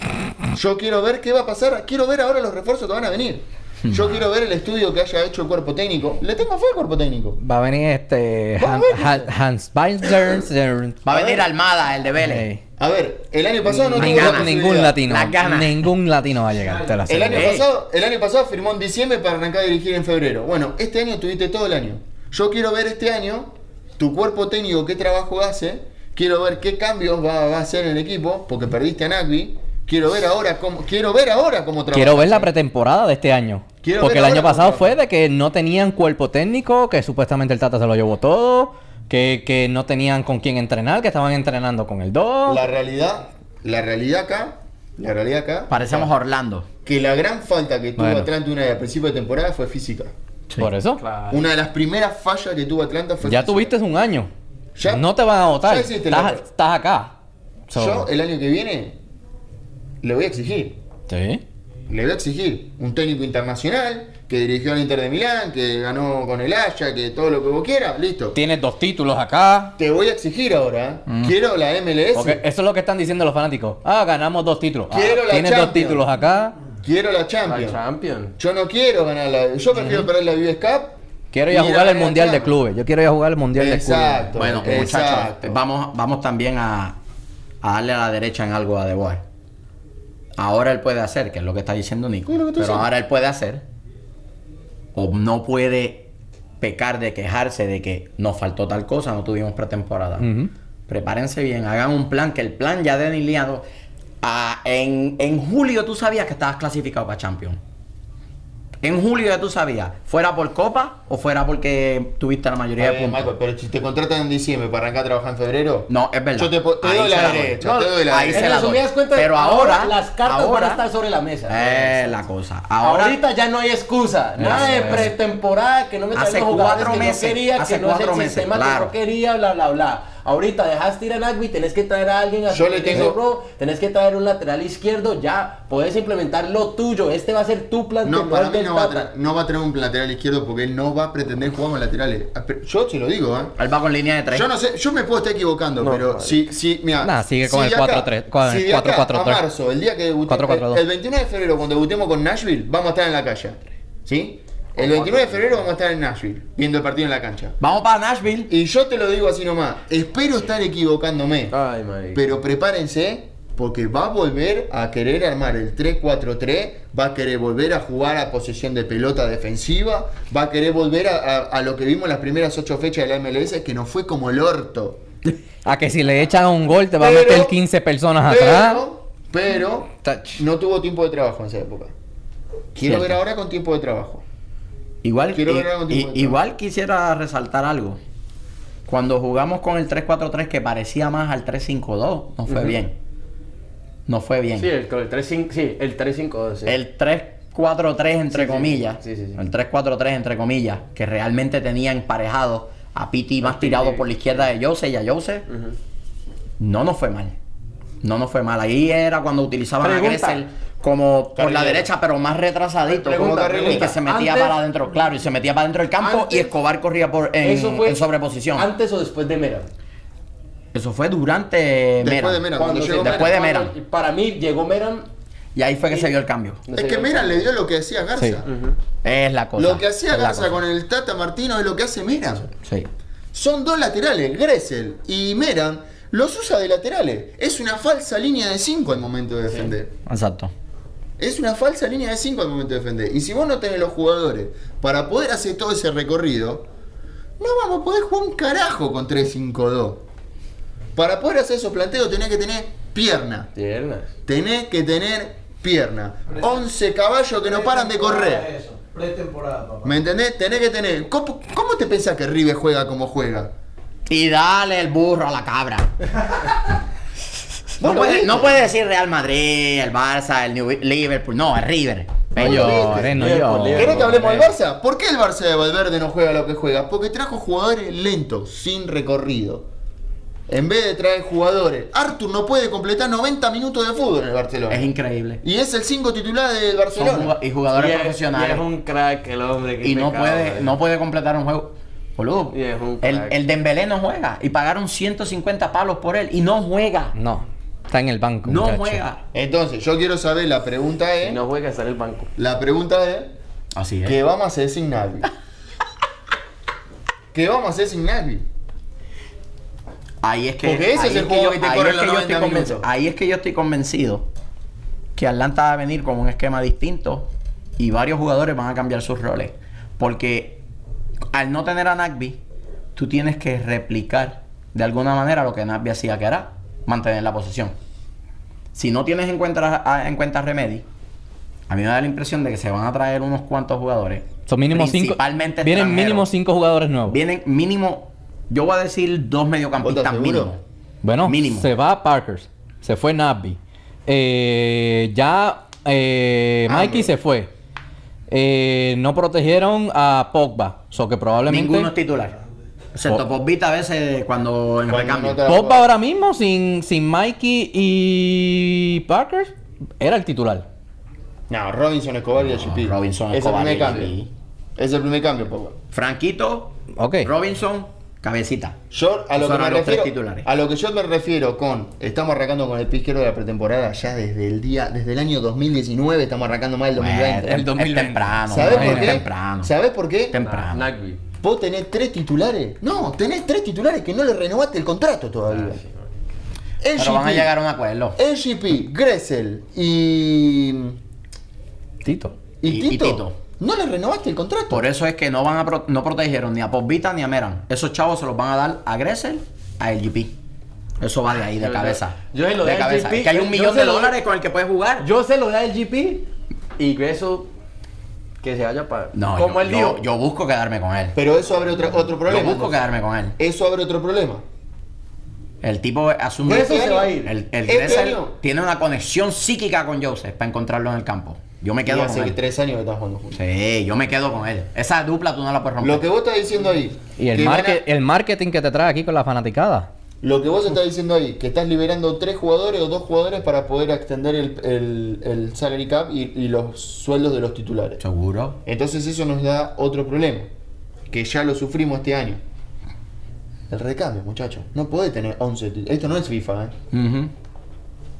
B: yo quiero ver qué va a pasar. Quiero ver ahora los refuerzos que van a
C: [LAUGHS]
B: venir. Yo quiero ver el estudio que haya hecho el cuerpo técnico. Le tengo fe al cuerpo técnico.
C: Va a venir este
B: Va a
C: Han-
B: venir.
C: Han- Hans Beinzer.
A: Va a
B: A
A: venir
B: ver.
A: Almada, el de Vélez.
C: Ey.
B: A ver, el año pasado no tuvo la
C: Ningún, ningún
B: posibilidad.
C: latino.
A: Las ganas.
C: Ningún latino va a llegar. Te la
B: El año,
C: aseguro.
A: Ey.
B: pasado, el año pasado firmó en diciembre para arrancar a dirigir en febrero. Bueno, este año tuviste todo el año. Yo quiero ver este año tu cuerpo técnico, qué trabajo hace. Quiero ver qué cambios va, va a hacer en el equipo, porque perdiste a Nagby. Quiero ver ahora cómo, quiero ver ahora cómo trabaja.
C: Quiero ver la pretemporada de este año.
B: Quiero
C: Porque el
B: ver
C: año
B: ahora
C: pasado
B: cómo
C: fue de que no tenían cuerpo técnico, que supuestamente el Tata se lo llevó todo, que, que no tenían con quién entrenar, que estaban entrenando con el 2.
B: La realidad, la realidad acá, la realidad acá,
A: Parecemos Orlando.
B: que la gran falta que tuvo
C: Bueno.
B: Atlanta una al principio de temporada fue física.
C: Por eso.
B: Una de las primeras fallas que tuvo Atlanta fue
C: Ya
B: física.
C: tuviste un año.
B: Ya-
C: no te van a votar.
B: ya
C: Estás,
B: hiciste la-
C: estás acá. So-
B: Yo el año que viene le voy a exigir.
C: Sí.
B: Le voy a exigir un técnico internacional que dirigió al Inter de Milán, que ganó con el Haya, que todo lo que vos quieras, listo.
C: Tienes dos títulos acá.
B: Te voy a exigir ahora. ¿eh? Quiero la MLS.
C: Porque eso es lo que están diciendo los fanáticos. Ah, ganamos dos títulos. Ah,
B: Quiero la
C: tienes dos
B: Champions.
C: títulos acá.
B: Quiero la
D: La
B: Champions.
D: Champion.
B: Yo no quiero ganar la. Yo prefiero perder la US Cup.
C: Quiero
B: y
C: ir a jugar
B: ganar
C: el
B: la
C: Mundial de
B: Champions.
C: Clubes. Yo quiero ir a jugar el Mundial de Clubes.
B: Exacto.
A: Bueno,
B: exacto.
A: muchachos, vamos, vamos también a, a darle a la derecha en algo a De Boer. Ahora él puede hacer, que es lo que está diciendo Nico.
B: Es lo
A: Pero
B: que estoy diciendo.
A: ahora él puede hacer. O no puede pecar de quejarse de que nos faltó tal cosa, no tuvimos pretemporada.
C: Ujú.
A: Prepárense bien, hagan un plan, que el plan ya delineado. Ah, en, en julio tú sabías que estabas clasificado para Champions. En julio ya tú sabías, fuera por copa o fuera porque tuviste la mayoría
B: Está
A: de
B: bien,
A: puntos.
B: Eh, Michael, pero si te contratan en diciembre para arrancar a trabajar en febrero.
A: No, es verdad.
B: Yo te, po- te
A: Ahí
B: doy
A: se
B: la
A: la doy.
B: derecha.
A: No,
B: te doy la
A: ahí
B: derecha.
A: se la doy.
D: cuentas,
A: Pero ahora-
D: las cartas van
A: ahora-
D: a estar sobre la mesa.
A: Eh, la cosa. Ahora,
D: Ahorita ya no hay excusa. Nada de
C: Eso, eso.
D: pretemporada que no me
A: Hace
D: traigan jugadores
A: cuatro
D: que
A: meses,
D: no quería,
A: hace
D: que no es
A: cuatro
D: el
A: meses,
D: sistema
A: claro.
D: que no quería, bla, bla, bla. Ahorita dejaste ir a Nagby, tenés que traer a alguien a
B: Yo le
D: suplir ese
B: tengo-
D: rol, tenés que traer un lateral izquierdo, ya podés implementar lo tuyo. Este va a ser tu plan.
B: No,
D: el
B: para mí
D: del
B: no va, a
D: Tata.
B: tra- no va a traer un lateral izquierdo porque él no va a pretender jugar con laterales. Ah, pero Yo te lo digo, ¿eh?
A: él va con línea de tres.
B: Yo no sé, yo me puedo estar equivocando, pero si, si, mira.
C: Nah, sigue con
B: si
C: el
B: de acá-
C: 4-3, con el
B: si de acá
C: 4-4-3.
B: A marzo, el día que debutemos.
C: 4-4-2.
B: El, el 29 de febrero, cuando debutemos con Nashville, vamos a estar en la calle. ¿Sí? El 29 de febrero vamos a estar en Nashville, viendo el partido en la cancha.
A: Vamos para Nashville.
B: Y yo te lo digo así nomás, espero estar equivocándome,
D: Ay, marica.
B: pero prepárense Porque va a volver a querer armar el 3-4-3, va a querer volver a jugar a posesión de pelota defensiva, va a querer volver a, a- a lo que vimos en las primeras ocho fechas de la MLS, que nos fue como el orto.
C: A que si le echan un gol te va a
B: Pero-
C: meter 15 personas atrás.
B: Pero, pero
C: Touch.
B: no tuvo tiempo de trabajo en esa época. Quiero
A: Cierto.
B: ver ahora con tiempo de trabajo.
A: Igual,
B: Quiero
A: i-
B: ver algo
A: i-
B: tipo de-
A: igual quisiera resaltar algo. Cuando jugamos con el 3-4-3 que parecía más al 3-5-2, no fue bien. No fue bien.
D: Sí, el, el 3-5, sí, el 3-5-2. sí.
A: El 3-4-3 entre
D: Sí, sí,
A: comillas.
D: sí, sí, sí.
A: El 3-4-3 entre comillas. Que realmente tenía emparejado a Piti más tirado por la izquierda de Jose y a Jose. No nos fue mal. No nos fue mal. Ahí era cuando utilizaban
D: Pregunta.
A: a Gressel como por la
B: Carrilero.
A: derecha, pero más retrasadito.
B: Pregunta,
A: como
B: pregunta.
A: Y que se metía
D: Antes-
A: para adentro, claro, y se metía para adentro del campo
D: Antes-
A: y Escobar corría por, en,
D: Eso fue
A: en sobreposición.
D: ¿Antes o después de Mera?
A: Eso fue durante
B: Después
A: Mera.
B: de Mera, cuando
A: Sí,
B: llegó
A: después de
D: Mera.
A: Mera.
D: Para mí llegó Mera.
A: Y ahí fue que se dio el cambio.
D: no
B: es
D: sé,
B: que
D: yo-
B: Mera le dio lo que hacía Garza.
C: Sí.
A: Es la cosa.
B: Lo que hacía
A: es la
B: Garza
A: cosa.
B: con el Tata Martino es lo que hace Mera.
A: Sí.
B: Son dos laterales, Gressel y Meran los usa de laterales. Es una falsa línea de 5 al momento de defender.
A: Exacto.
B: Es una falsa línea de 5 al momento de defender. Y si vos no tenés los jugadores para poder hacer todo ese recorrido, no vamos a poder jugar un carajo con 3-5-2. Para poder hacer esos planteos tenés que tener pierna.
D: Piernas.
B: Tenés que tener pierna. 11 caballos que no paran de correr.
E: Eso, pretemporada, papá.
B: ¿Me entendés? Tenés que tener... ¿Cómo, cómo te pensás que River juega como juega?
A: Y dale el burro a la cabra.
B: Vos
A: No
B: lo
A: puede,
B: viste.
A: no puede decir Real Madrid, el Barça, el New Liverpool. No, es River.
C: No llores, no
D: Liverpool,
C: llores.
B: ¿Querés que hablemos del
C: Eh,
B: Barça? ¿Por qué el Barça de Valverde no juega lo que juega? Porque trajo jugadores lentos, sin recorrido. En vez de traer jugadores. Arthur no puede completar 90 minutos de fútbol en el
A: Es
B: Barcelona.
A: increíble.
B: Y es el 5 titular del
A: Son
B: Barcelona.
A: juga- y jugadores
D: Y es-
A: profesionales.
D: y es un crack el hombre. que
A: y no
D: pecado,
A: puede,
D: eh.
A: no puede completar un juego. Boludo,
D: Y es un
A: el,
D: crack.
A: el Dembélé no juega y pagaron 150 palos por él y no juega.
C: No, está en el banco.
A: No
C: muchacho.
A: juega.
B: Entonces, yo quiero saber, la pregunta
D: Si
B: es...
D: no juega, sale el banco.
B: La pregunta es...
A: Así
B: ¿Qué vamos a hacer sin Navi? ¿Qué vamos a hacer sin Navi?
A: Ahí es que
B: Porque ese
A: ahí
B: es el
A: que
B: juego
A: yo-
B: que te
A: ahí
B: corre
A: es
B: los
A: yo estoy
B: 90
A: convenci-
B: minutos.
A: Ahí es que yo estoy convencido que Atlanta va a venir con un esquema distinto y varios jugadores van a cambiar sus roles. Porque al no tener a Nagby, tú tienes que replicar de alguna manera lo que Nagby hacía que era mantener la posesión. Si no tienes en cuenta, a- en cuenta a Remedy, a mí me da la impresión de que se van a traer unos cuantos jugadores.
C: Son mínimo cinco.
A: Principalmente
C: Vienen
A: extranjeros.
C: mínimo cinco jugadores nuevos.
A: Vienen mínimo, yo voy a decir dos mediocampistas
B: ¿Vos estás seguro?
A: mínimo.
C: Bueno,
A: Mínimo.
C: se va Parker, se fue Nabby. Eh, ya eh, Mikey se fue. Eh, no protegieron a Pogba, so que probablemente
A: Ninguno es titular. Excepto por Vita a veces cuando en
B: Cuando
A: recambio.
B: no te-
C: Pogba ahora mismo sin, sin Mikey y Parker era el titular.
B: No, Robinson Escobar y HGP.
A: Robinson
B: es el
A: Escobar
B: primer
A: y
B: cambio.
A: HGP.
B: Es el primer cambio, Pogba.
A: Franquito,
C: Ok.
A: Robinson, Cabecita.
B: Yo a lo que
A: Esos
B: me
A: eran los tres
B: refiero,
A: titulares.
B: a lo que yo me refiero con estamos arrancando con el pisquero de la pretemporada ya desde el día desde el año 2019 estamos arrancando más el
A: Bueno,
B: 2020.
A: es
C: 2020.
A: temprano.
B: ¿Sabes
A: bueno,
B: por qué?
A: es Temprano.
B: ¿Sabes por qué?
A: Temprano.
D: Nagby.
B: Vos tenés tres titulares. No, tenés tres titulares que no le renovaste el contrato todavía. El
A: Ah, Pero van a llegar a un acuerdo.
B: Gressel y
C: Tito.
B: y,
A: Y- y
B: Tito,
A: Tito.
B: No le renovaste el contrato.
A: Por eso es que no van a pro- no protegieron ni a Vita ni a Meran. Esos chavos se los van a dar a Gressel, a LGP. Eso va de ahí, de
D: Yo-
A: cabeza.
D: yo se lo
A: de
D: doy a
A: cabeza.
D: LGP.
A: Es que hay un
D: Yo
A: millón
D: se
A: de
D: lo doy-
A: dólares con el que puedes jugar.
D: Yo se lo da el GP y Greso que se vaya para.
A: no,
D: como
A: yo,
D: él
A: yo-
D: dijo.
A: yo busco quedarme con él.
B: Pero eso abre otro, otro
A: Yo
B: problema.
A: busco quedarme con él.
B: Eso abre otro problema.
A: El tipo asume.
D: Gressel se va a ir.
A: El, el
B: Este
A: Gressel
B: año.
A: tiene una conexión psíquica con Joseph para encontrarlo en el campo. Yo me
B: Y
A: quedo
B: hace
A: con
B: que
A: él.
B: tres años que estás jugando juntos.
A: Sí, yo me quedo con él. Esa dupla tú no la puedes romper.
B: Lo que vos estás diciendo ahí.
C: Y el,
B: que van a-
C: marque- el marketing que te trae aquí con la fanaticada.
B: Lo que vos estás diciendo ahí, que estás liberando tres jugadores o dos jugadores para poder extender el, el- el salary cap y, y los sueldos de los titulares.
A: Seguro.
B: Entonces eso nos da otro problema, que ya lo sufrimos este año. El recambio, muchachos. No puede tener 11 tit- Esto no es FIFA, ¿eh?
A: Ujú.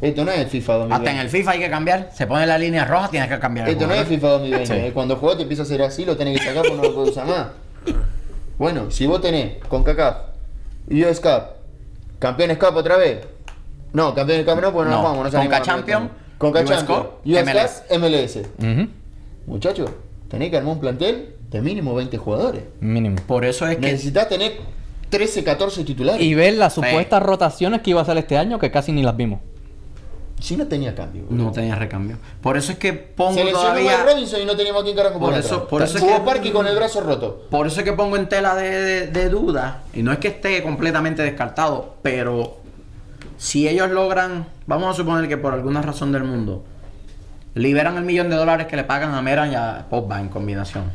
B: Esto no es FIFA 2020.
A: Hasta en el FIFA hay que cambiar. Se pone la línea roja, tienes que cambiar. el
B: Esto no es
A: jugador.
B: FIFA 2020.
C: Sí.
B: ¿eh? Cuando el jugador te empieza a hacer así, lo tenés que sacar porque no lo puedes usar más. Bueno, si vos tenés con CACAF, US Cup, Campeones Cup otra vez, No, campeón del campeón, pues no,
A: No,
B: nos vamos. No
A: Conca Champion,
B: Champion. Conca
A: US
B: Champion.
A: Cup,
B: US
A: MLS.
B: Cup, MLS.
C: Ujú.
B: Muchachos, tenés que armar un plantel de mínimo 20 jugadores.
C: Mínimo.
A: Por eso es que
B: Necesitas tener 13, 14 titulares.
C: Y ver las supuestas rotaciones que iba a hacer este año que casi ni las vimos.
B: Si no tenía cambio. boludo.
A: no tenía recambio. Por eso es que pongo
B: Se lesionó
A: todavía.
B: Mike Robinson y no teníamos a quién carajo
A: Por
B: poner
A: eso-
B: atrás.
A: por eso es
B: Hubo
A: que-
B: Parky con el brazo roto.
A: Por eso es que pongo en tela de, de- de duda, y no es que esté completamente descartado, pero si ellos logran, vamos a suponer que por alguna razón del mundo, liberan el millón de dólares que le pagan a Meran y a Pogba en combinación.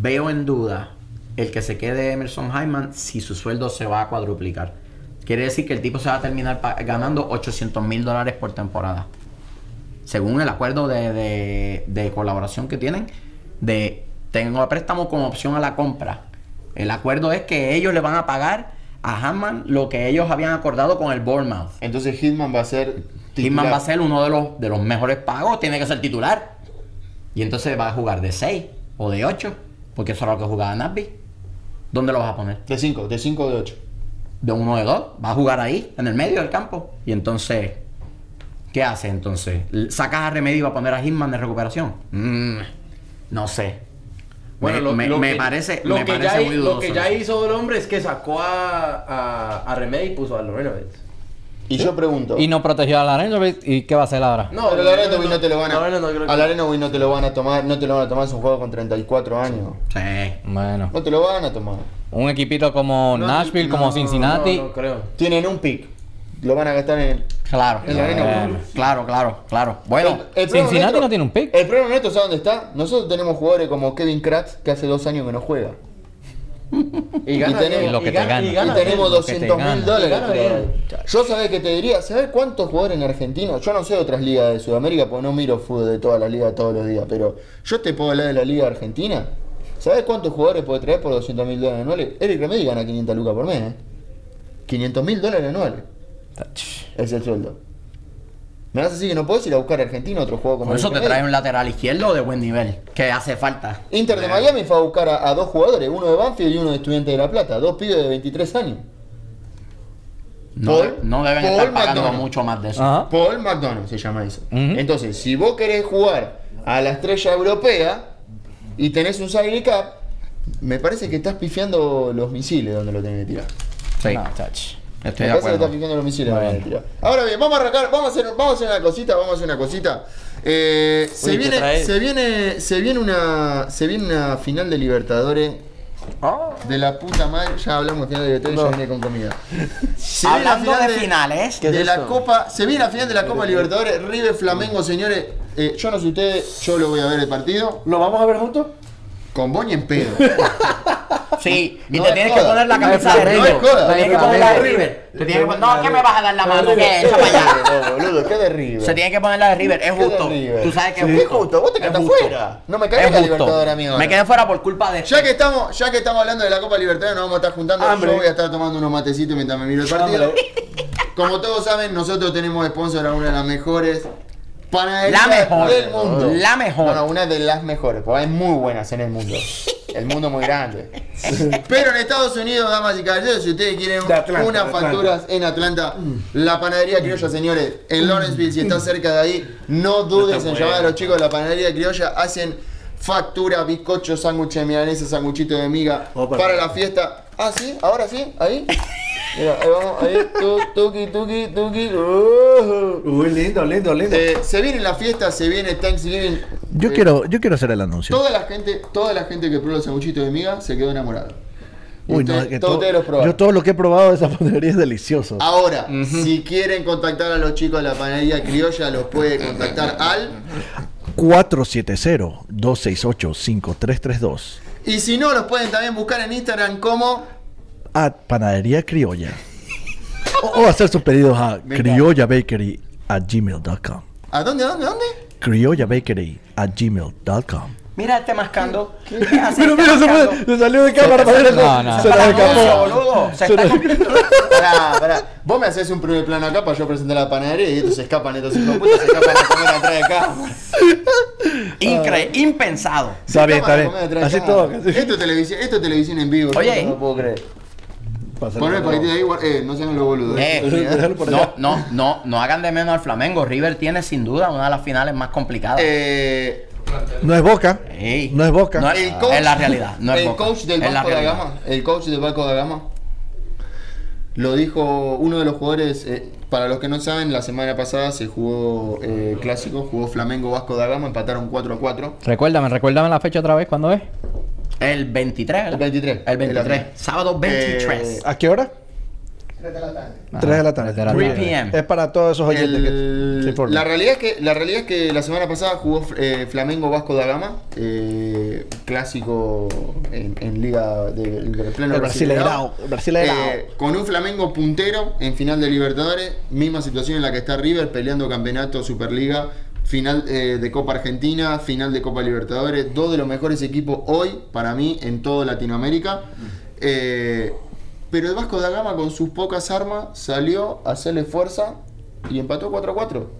A: Veo en duda el que se quede Emerson Hyman si su sueldo se va a cuadruplicar. Quiere decir que el tipo se va a terminar pa- ganando 800 mil dólares por temporada según el acuerdo de, de- de colaboración que tienen, de tengo a préstamo como opción a la compra. El acuerdo es que ellos le van a pagar a Hammond lo que ellos habían acordado con el Bournemouth.
B: Entonces Hitman va a ser
A: Tillman va a ser uno de los, de los mejores pagos, tiene que ser titular. Y entonces va a jugar de 6 o de 8, porque eso era lo que jugaba Nasby. ¿Dónde lo vas a poner?
B: De 5, de 5 o de 8.
A: de uno de dos, va a jugar ahí, en el medio del campo. Y entonces, ¿qué hace entonces? L- ¿Sacas a Remedio y va a poner a Hitman de recuperación? Mm, no sé. Bueno, me, me- me parece,
D: lo
A: me
D: que
A: parece
D: ya,
A: muy
D: hi-
A: dudoso.
D: Lo que ya
A: eso.
D: hizo el hombre es que sacó a, a, a Remedy y puso a Lorenovitz.
B: Y yo pregunto.
C: Y no protegió a Larenovic. ¿Y qué va a hacer ahora?
D: No,
B: pero
D: no,
B: Larenovic no,
D: no,
B: te lo Ah, van a.
D: Larenovic no creo que-
B: a Larenovic no te lo van a tomar. No te lo van a tomar. Es un juego con 34 años.
A: Sí.
C: Bueno,
B: No te lo van a tomar.
C: un equipito como Nashville, como Cincinnati.
D: No, no creo.
B: Tienen un pick. Lo van a gastar en el.
A: Claro,
B: En la arena,
A: claro,
B: boludo.
A: claro, claro, claro. Bueno,
B: problema
C: Cincinnati no tiene un pick.
B: El problema nuestro, ¿sabes dónde está? Nosotros tenemos jugadores como Kevin Kratz, que hace dos años que no juega.
D: Y gana
B: tenemos-
D: bien,
C: Y lo que te
D: gana-
C: gana.
D: Y,
B: Y
D: gana
B: tenemos
D: bien.
C: lo que te
B: 200 mil
C: gana.
B: dólares.
D: Gana
B: todavía.
D: bien.
B: Yo sabés que te diría, ¿sabés cuántos jugadores en Argentina? Yo no sé otras ligas de Sudamérica porque no miro fútbol de todas las ligas todos los días, pero yo te puedo hablar de la liga argentina. ¿Sabés cuántos jugadores puede traer por 200 mil dólares anuales? Eric Remedy gana 500 lucas por mes, ¿eh? 500 mil dólares anuales es el sueldo. ¿Me vas a decir que no podés ir a buscar a Argentina otro juego como
A: por eso
B: Eric
A: te trae
B: Remedy?
A: un lateral izquierdo de buen nivel, que hace falta.
B: Inter de Miami fue a buscar a, a dos jugadores, uno de Banfield y uno de Estudiantes de La Plata, dos pibes de 23 años.
A: No,
B: Paul-
A: no deben
B: Paul
A: estar pagando
B: McDonald.
A: mucho más de eso.
C: Ajá.
B: Paul McDonald se llama eso.
C: Ujú.
B: Entonces, si vos querés jugar a la estrella europea y tenés un salary cap, me parece que estás pifiando los misiles donde lo tenés que tirar.
A: Sí.
C: No,
A: Estoy
C: touch.
B: me
A: de
B: parece que estás
A: acuerdo.
B: pifiando los misiles donde lo tenés que tirar. Ahora bien, vamos a arrancar, vamos a hacer, vamos a hacer una cosita, vamos a hacer una cosita. Eh, se,
D: ¿qué
B: viene,
D: traes?
B: se viene, se viene una, se viene una final de Libertadores.
A: Ah.
B: De la puta madre, ya hablamos de final de Libertadores, ya vine con comida. Se viene la
A: Hablando
B: final
A: de finales,
D: ¿Qué es
B: de la
D: eso?
B: Copa, se viene la final de la Copa Libertadores, River Flamengo, señores. Eh, yo no sé ustedes, yo lo voy a ver el partido.
D: ¿Lo vamos a ver juntos?
B: Con Boñi en
A: [LAUGHS]
B: pedo.
A: sí, y
B: No
A: te
B: es
A: tienes
B: joda.
A: que poner la
B: No es
A: camisa de
B: Flamengo,
A: River.
B: no es joda.
A: Te tienes que
D: No es
A: poner la de
D: Flamengo.
A: River. Te tienes que poner- No, ¿qué me vas a dar la mano? ¿Qué? Echa para allá.
B: No, boludo, ¿qué de River?
A: Se tiene que poner la de River, es
B: ¿Qué de
A: justo.
B: River?
A: Tú sabes que
B: Sí,
A: es
B: es justo,
A: justo.
B: vos te quedás
A: justo.
B: fuera. No me caigas la
A: justo.
B: Libertadores, amigo.
A: Me quedé fuera por culpa de.
B: Ya que estamos, ya que estamos hablando de la Copa Libertadores, nos vamos a estar juntando.
D: Hambre.
B: Yo voy a estar tomando unos matecitos mientras me miro el partido. Como todos saben, nosotros tenemos sponsor a una de las mejores panaderías
A: La mejor.
B: del mundo.
A: La mejor.
B: No, no, una de las mejores, porque hay muy buenas en el mundo. El mundo es muy grande. Pero en Estados Unidos, damas y caballeros, si ustedes quieren
E: De Atlanta,
B: unas
E: de Atlanta.
B: facturas en Atlanta, la panadería criolla, señores, en Lawrenceville, si están cerca de ahí, no dudes en llamar a los chicos de la panadería criolla, hacen factura, bizcocho, sándwiches de milanesa, sándwichito de miga,
E: Opa.
B: para la fiesta. Ah, sí, ahora sí, ahí. Mira, ahí vamos, ahí, tu- tuki, tuki, tuki. Uh.
E: Uy, lindo, lindo, lindo.
B: Eh, se viene la fiesta, se viene Thanksgiving.
F: Yo
B: Eh,
F: quiero, yo quiero hacer el anuncio.
B: Toda la gente, toda la gente que probó los sanguchitos de miga se quedó enamorada. Y
F: Uy, no,
B: ustedes-
F: es que
B: todos
F: todo-
B: ustedes los probaron.
F: yo todo lo que he probado de esa [LAUGHS] panadería es delicioso.
D: Ah.
B: Ahora, si quieren contactar a los chicos de la panadería criolla, los puede contactar al.
F: 470-268-5332.
B: Y si no, los pueden también buscar en Instagram como.
F: A Panadería Criolla. o, o hacer sus pedidos a criollabakery a gmail.com.
B: ¿A dónde, a dónde, a dónde?
F: Criollabakery a gmail.com.
A: Mira este mascando. ¿Qué hace
F: Pero
A: este
F: mira, se,
A: mascando?
F: fue- se salió de cámara. padre,
C: no, no.
F: Se
A: Para
F: la
A: el anuncio,
F: escapó.
A: boludo. Se
F: Se
A: está
F: la-
A: cumpliendo.
B: Pará, pará. Vos me haces un primer plano acá para yo presentar la panadería y estos se escapan, estos hijos de puta se escapan a comer atrás de [LAUGHS] cámara.
A: Incre impensado.
B: Se
F: Está bien, está
B: escapan a
F: bien.
B: comer atrás de
F: Así
B: cámara.
F: todo.
B: Esto es televisión, esto es televisión en vivo.
A: Oye.
B: yo no lo puedo creer.
F: Pásalo
B: Ponme ¿eh? el
F: de
B: paquete de
F: nuevo.
B: ahí, guar- eh, no sean los boludos.
A: Eh,
F: Déjalo por
A: no,
F: allá.
A: no, no, no hagan de menos al Flamengo. River tiene sin duda una de las finales más complicadas.
B: Eh,
F: No es Boca.
A: Ey.
F: No es Boca.
A: No
B: el
A: Ah.
B: coach,
A: Es la realidad, no es
B: el
A: Boca.
B: coach del
A: Es la
B: Vasco da
A: realidad.
B: Gama, el coach del Vasco da Gama, lo dijo uno de los jugadores. eh, para los que no saben, la semana pasada se jugó eh, clásico, jugó Flamengo Vasco da Gama, empataron 4 a 4.
C: Recuérdame, recuérdame la fecha otra vez, ¿cuándo es?
A: el 23, ¿verdad?
B: El 23.
A: El 23.
B: El-
A: Sábado 23.
B: Eh,
E: ¿A qué hora? 3 de la tarde.
C: Tres de la
A: 3
C: tarde.
A: p.m.
E: Es para todos esos oyentes que se
B: El-
E: informen.
B: la, realidad es que, la realidad es que la semana pasada jugó eh, Flamengo Vasco da Gama, eh, clásico en, en Liga del de, Pleno
E: El Brasileirao,
B: Brasileirao.
E: el Brasileirao.
B: Eh, con un Flamengo puntero en final de Libertadores, misma situación en la que está River peleando campeonato Superliga, final eh, de Copa Argentina, final de Copa Libertadores, dos de los mejores equipos hoy para mí en toda Latinoamérica. Eh, pero el Vasco da Gama con sus pocas armas salió a hacerle fuerza y empató 4 a 4.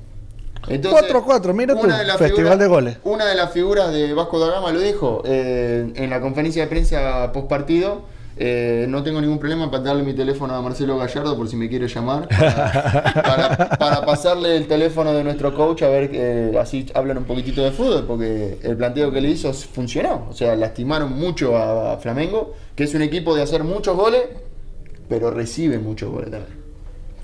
B: Entonces,
E: 4 a 4, mira tú,
B: una de las
E: festival
B: figuras-
E: de goles.
B: Una de las figuras de Vasco da Gama lo dijo eh, en la conferencia de prensa post partido. eh, no tengo ningún problema para darle mi teléfono a Marcelo Gallardo por si me quiere llamar. Para, para- para pasarle el teléfono de nuestro coach a ver, eh, así hablan un poquitito de fútbol, porque el planteo que le hizo funcionó. O sea, lastimaron mucho a, a Flamengo, que es un equipo de hacer muchos goles, pero recibe muchos goles también.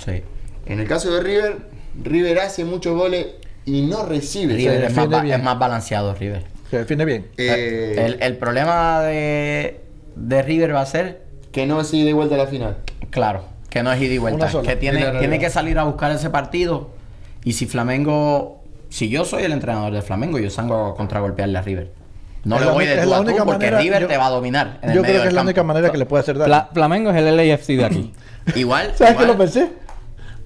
A: Sí.
B: En el caso de River, River hace muchos goles y no recibe.
A: River es más,
F: defiende
A: ba-
F: bien.
A: es más balanceado, River.
F: Se define bien.
B: Eh,
A: El, el problema de, de River va a ser,
B: que no se ida y vuelta a la final.
A: claro, que no es ida y
E: Una
A: vuelta.
E: sola.
A: Que
B: Es la
A: tiene,
B: realidad.
A: tiene que salir a buscar ese partido. Y si Flamengo, si yo soy el entrenador de Flamengo, yo salgo a contragolpearle a River. No
F: Es
A: le
F: la
A: voy
F: uni-
A: de
F: es
A: tú
F: la
A: a tú
F: única
A: porque
F: manera-
A: River
F: yo-
A: te va a dominar. En el
F: Yo
A: medio
F: creo que
A: del
F: es la
A: campo.
F: única manera que le puede hacer daño.
C: Fla- Flamengo es el LAFC de aquí.
A: Igual.
F: [LAUGHS] ¿Sabes qué
A: igual.
F: lo pensé?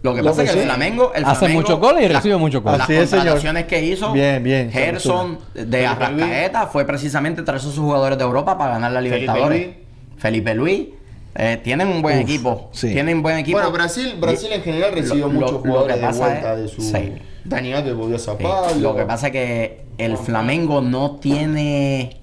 A: Lo que
F: Lo
A: pasa es que el
F: pensé.
A: Flamengo. El
C: Hace
A: Flamengo-
C: muchos goles y
A: la-
C: recibe muchos goles.
A: Las
F: Así es, señor.
A: contrataciones que hizo
F: Bien, bien,
A: Gerson de Arrascaeta fue precisamente tras esos jugadores de Europa para ganar la
B: Felipe
A: Libertadores.
B: Luis.
A: Felipe Luis. eh, tienen un buen equipo.
F: sí.
A: Tienen buen equipo.
B: Bueno, Brasil, Brasil en general recibió
A: lo-
B: muchos
A: lo que
B: jugadores de
A: pasa
B: vuelta
A: es-
B: de su.
A: sí.
B: Dani Alves volvió a
A: Sí,
B: Zapallo.
A: Lo que pasa es que el Flamengo no tiene.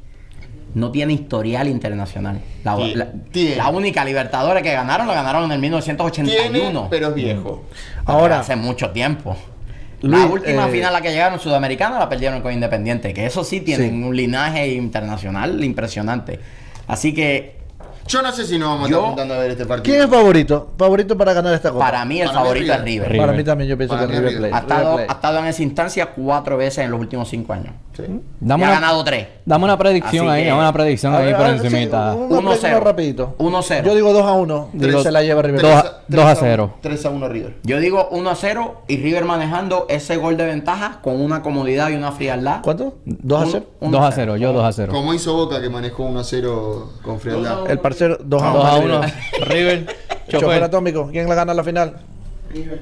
A: No tiene historial internacional. La,
B: Tiene.
A: la-
B: Tiene.
A: la única Libertadores que ganaron, la ganaron en el
B: tiene,
A: 1981.
B: pero es viejo.
F: Ahora,
A: hace mucho tiempo. la
F: Luis,
A: última
F: eh,
A: final a la que llegaron sudamericana la perdieron con Independiente, que eso sí tienen
F: Sí.
A: un linaje internacional impresionante. Así que
B: Yo no sé si nos vamos a
A: Yo-
B: estar juntando a ver este
F: ¿quién
B: partido.
F: es favorito? Favorito para ganar esta copa.
A: para mí el
B: Para mí
A: favorito
B: River.
A: es River.
C: River.
F: Para mí también yo pienso
B: Para
F: que
B: mí
F: River
B: River.
F: Plate.
A: Ha, estado,
F: River
A: ha
F: Plate.
A: estado en esa instancia cuatro veces en los últimos cinco años.
C: Dame
A: y ha
C: una-
A: ganado tres.
C: Dame una predicción
A: Así
C: ahí,
A: que-
C: dame una predicción
F: A
C: ahí
F: ver,
C: por
F: a ver, sí,
C: encimita.
F: un-
A: Uno
F: Vamos
A: cero.
F: rapidito.
A: 1-0.
F: Yo digo 2 a 1.
C: Digo,
F: Se la lleva River.
C: dos a- dos a cero.
B: 3 a 1 River.
A: Yo digo 1 a 0 y River manejando ese gol de ventaja con una comodidad y una frialdad.
F: ¿Cuánto? ¿2 a
A: Un-
F: 0?
A: un
C: 2 a 0, yo 2 a 0.
B: Como hizo Boca que manejó 1 a 0 con frialdad.
F: El parcero 2 a 1.
C: 2 a 1. [LAUGHS] River.
F: Chofer
C: Chofer.
F: atómico. ¿Quién la gana la final?
C: River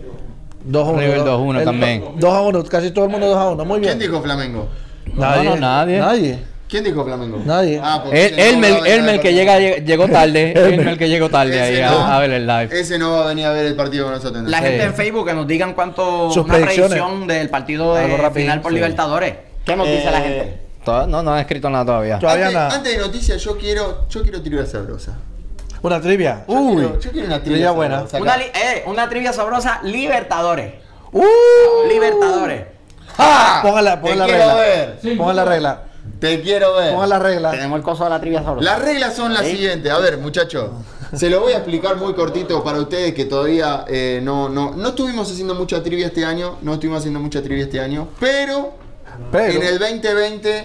F: 2 a
C: 2-1
F: 1.
C: también.
F: 2 a 1. Casi todo el mundo 2 a 1. Muy
B: ¿Quién
F: bien.
B: dijo Flamengo?
C: No, no, nadie.
F: Nadie.
B: ¿Quién dijo Flamengo? Ah,
F: Nadie.
B: porque ese
C: El,
B: no va a
C: Elmer,
B: venir a ver
C: Elmer
B: el
C: que
B: partido.
C: llega, lleg- llegó tarde.
F: Elmer.
C: Elmer que llegó tarde ahí
B: Ese
C: a,
B: no.
C: a ver el live.
B: Ese no va a venir a ver el partido con nosotros.
A: La
B: entonces.
A: gente en Facebook que nos digan cuánto
F: Sus
A: una
F: predicciones.
A: predicción del partido de
F: Algo rápido,
A: final por
F: sí.
A: Libertadores. ¿Qué nos dice la
B: Eh,
A: gente?
C: Toda- No, no han escrito nada todavía.
F: Todavía
B: antes,
F: nada.
B: antes de noticias, yo quiero, yo quiero tirar sabrosa.
F: Una trivia.
B: Yo
F: Uy.
B: quiero- yo quiero una
F: Trivia
B: trivia
F: buena.
B: sabrosa acá.
A: Una, li- eh, una trivia sabrosa, Libertadores.
F: Uh.
A: Libertadores.
B: ¡Ja!
F: Póngala, póngala
B: Te
F: la
B: quiero
F: regla.
B: ver.
F: Pongan la regla.
B: Te quiero ver.
F: Pongan la ¿Eh? regla.
A: Tenemos el coso de la trivia sabrosa.
B: Las reglas son las siguientes. A ver, muchachos. Se lo voy a explicar muy cortito para ustedes que todavía eh, no, no, no estuvimos haciendo mucha trivia este año. No estuvimos haciendo mucha trivia este año. Pero,
F: Pero-
B: en el 2020,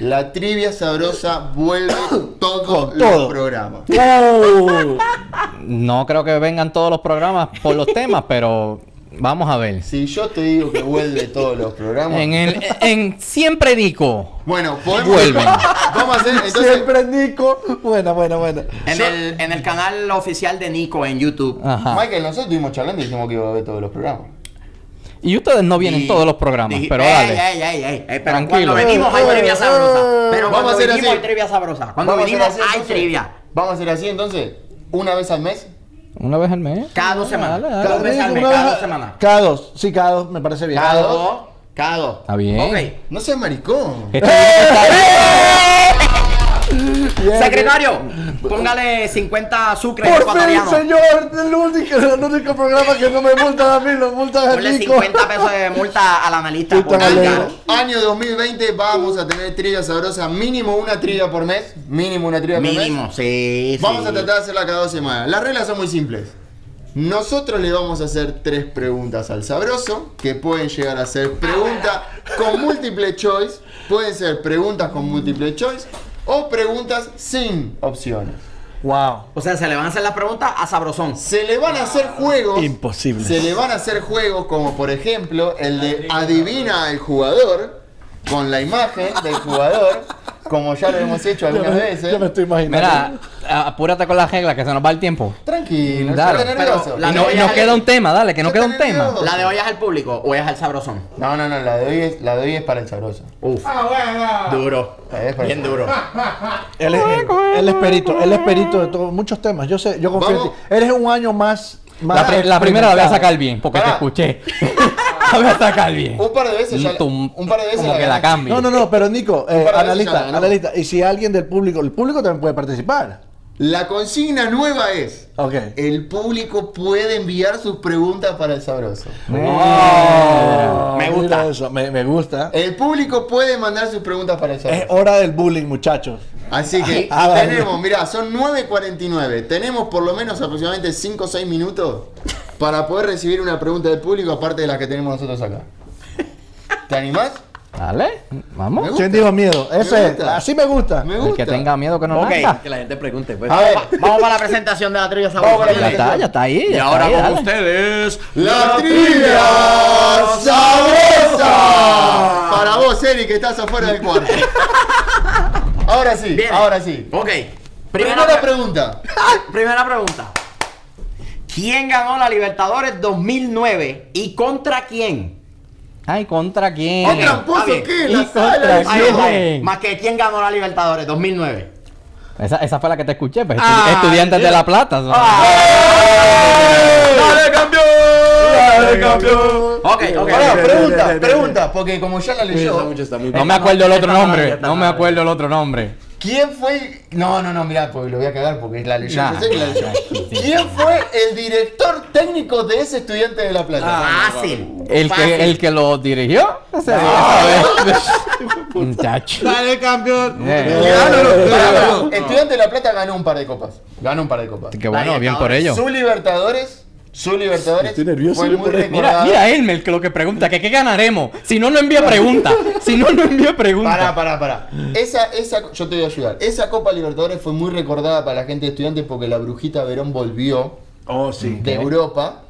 B: la trivia sabrosa
F: [COUGHS]
B: vuelve todos
F: Con todo.
B: los programas.
F: Uh.
C: [LAUGHS] No creo que vengan todos los programas por los temas, pero vamos a ver.
B: Si yo te digo que vuelve todos los programas.
C: En el, en siempre digo.
B: Bueno, podemos.
C: Vuelven.
B: [LAUGHS] Vamos a hacer. Entonces,
F: Siempre Nico. Buena, buena, buena.
A: En,
B: Yo-
A: el, en el canal oficial de Nico en YouTube.
C: Ajá.
B: Ah. Michael, nosotros estuvimos charlando y dijimos que iba a ver todos los programas.
C: Y ustedes no vienen
A: Y
C: todos los programas,
A: dij-
C: pero
A: ey,
C: dale.
A: ey, ey, ey, ey, pero
C: Tranquilo.
A: cuando venimos hay
F: Eh,
A: trivia
F: eh,
A: sabrosa.
B: vamos
A: Pero cuando
B: a hacer
A: venimos
B: así.
A: hay trivia sabrosa. Cuando
B: Vamos a hacer
A: venimos
B: así,
A: hay
B: entonces.
A: trivia.
B: Vamos a hacer así entonces. Una vez al mes.
C: Una vez al mes.
A: Cada dos semanas.
C: Ah, dale, dale.
A: Dos veces al mes,
F: Una
A: cada
F: vez-
A: dos semanas.
F: Cada dos. Sí, cada dos. Me parece bien.
A: Cada dos. Cada dos.
C: [LAUGHS] Está bien.
A: Ok.
B: No seas maricón.
C: Este-
A: Secretario, póngale 50 sucres
F: Por fin,
A: ecuatorianos.
F: señor, el único, el único programa que no me multan a mí, lo multan a
A: Ponle
F: Rico.
A: 50 pesos de multa al analista.
F: Puta
A: por
F: madre.
A: cargar.
B: Año 2020 vamos a tener trilla sabrosa, mínimo una trilla por mes, mínimo una trilla por mes.
A: Mínimo, sí.
B: Vamos
A: sí.
B: a tratar de hacerla cada dos semanas. Las reglas son muy simples. Nosotros le vamos a hacer tres preguntas al sabroso, que pueden llegar a ser preguntas con múltiple choice, pueden ser preguntas con múltiple choice o preguntas sin opciones.
E: Wow.
A: O sea, se le van a hacer las preguntas a Sabrosón.
B: Se le van a hacer juegos.
F: Imposible.
B: Se le van a hacer juegos como por ejemplo el de adivina el jugador con la imagen del jugador, como ya lo hemos
C: [LAUGHS]
B: hecho
F: Yo
B: algunas
F: me,
B: veces.
F: yo me estoy imaginando.
C: Mira, a- apúrate con las reglas que se nos va el tiempo.
B: Tranquilo, no
C: Dale,
B: estés
A: pero
B: nervioso.
A: la
C: Y, no- y nos queda un tema, dale, que no
B: Yo
C: queda un
B: también
C: tema.
B: digo.
A: ¿La de hoy es al público o es al Sabrosón?
B: No, no, no, la de hoy es, la de hoy es para el sabroso.
A: Uf. Ah. Duro.
B: La de hoy es para el
A: Bien duro.
E: Él es, él es perito, él es perito de todos muchos temas. Yo sé, yo confío en ti.
B: Vamos.
E: Eres un año más. más
C: La, pri- la primera la voy a sacar
E: experimentado.
C: bien, porque te
B: Pará. [LAUGHS]
C: escuché. la voy a sacar bien.
B: Un par de veces ya.
C: Tum-
B: un par de veces
C: como que la
B: ganaste.
C: cambio.
E: No, no, no, pero Nico,
B: Un par de
E: eh,
B: veces ya
E: analista,
B: ganó.
E: analista. Y si alguien del público, el público también puede participar.
B: La consigna nueva es.
E: Ok.
B: El público puede enviar sus preguntas para el sabroso. Oh,
A: Me
E: Mira
A: gusta.
E: eso, me, me gusta.
B: El público puede mandar sus preguntas para el
E: Es
B: sabroso.
E: hora del bullying, muchachos.
B: Así que
E: Ah, vale.
B: tenemos, mirá, son 9.49. Tenemos por lo menos aproximadamente 5 o 6 minutos para poder recibir una pregunta del público aparte de las que tenemos nosotros acá. ¿Te animás?
C: Dale,
B: Me
C: vamos.
B: gusta.
E: ¿Quién dijo miedo? Eso
B: Me
E: es,
B: gusta.
E: así me gusta. [LAUGHS]
B: Me
C: El
B: gusta.
C: que tenga miedo Ah. que no
A: Ok. Ah,
C: nazca.
D: Que la gente pregunte, pues.
B: A ver,
A: Vamos para la presentación de la trivia Sabrosón.
B: Vamos para
C: Ya
B: la-
C: está, ya está ahí.
A: Y
C: ya
A: ahora
C: está ahí,
A: con
C: dale.
A: ustedes,
B: La trivia sabrosa. Para vos, Eric, que estás afuera del cuarto. Ahora sí,
A: Bien.
B: ahora sí.
A: Ok.
B: Primera
A: Primera, pre-
B: pregunta.
A: primera pregunta. ¿Quién ganó la Libertadores 2009 y contra quién?
C: Ay, ¿contra quién?
B: ¿Un tramposo
A: Está bien.
B: qué? La
C: Y
B: sala
C: contra-
B: de
A: Ahí está,
C: Bien.
A: Más que quién ganó la Libertadores 2009.
C: Esa, esa fue la que te escuché, pues, estu-
A: Ah,
C: estudiantes de
A: Dios.
C: La Plata. ¿no?
B: Ah,
A: ¡Ah! ¡Dale, campeón! ¡Dale, campeón! Ok, ok.
B: Ahora,
A: ok.
B: pregunta, pregunta, porque como ya la leyó.
C: No me acuerdo el otro
A: Esta
C: nombre.
A: madre, esta
C: No me
A: madre.
C: acuerdo el otro nombre.
B: ¿Quién fue el... No, no, no, mirá, porque lo voy a cagar porque la leyó.
A: Ah.
C: Nah.
B: yo sé que la leyó.
C: Sí, sí.
B: ¿Quién fue el director técnico de ese estudiante de La
A: Ah,
B: Plata?
A: Fácil.
C: El que, el que lo dirigió. Ese día, ¿sabes? Muchacho.
E: Dale, campeón.
B: Ah,
E: Ah,
C: Eh,
B: Pará, pará. Estudiante de La Plata ganó un par de copas. Ganó un par de copas.
C: Que bueno, bien por ello.
B: Su Libertadores, su Libertadores
F: Estoy nervioso,
B: fue
F: no
B: muy
F: puedo-
C: Mira,
B: recordado.
C: mira Elmer que lo que pregunta, que qué ganaremos. Si no, no envía pregunta. [LAUGHS] Si no, no envía
B: Pará,
C: pregunta.
B: pará, pará. Esa, esa, yo te voy a ayudar. Esa Copa Libertadores fue muy recordada para la gente de estudiantes porque la brujita Verón volvió
E: Oh, sí.
B: de Europa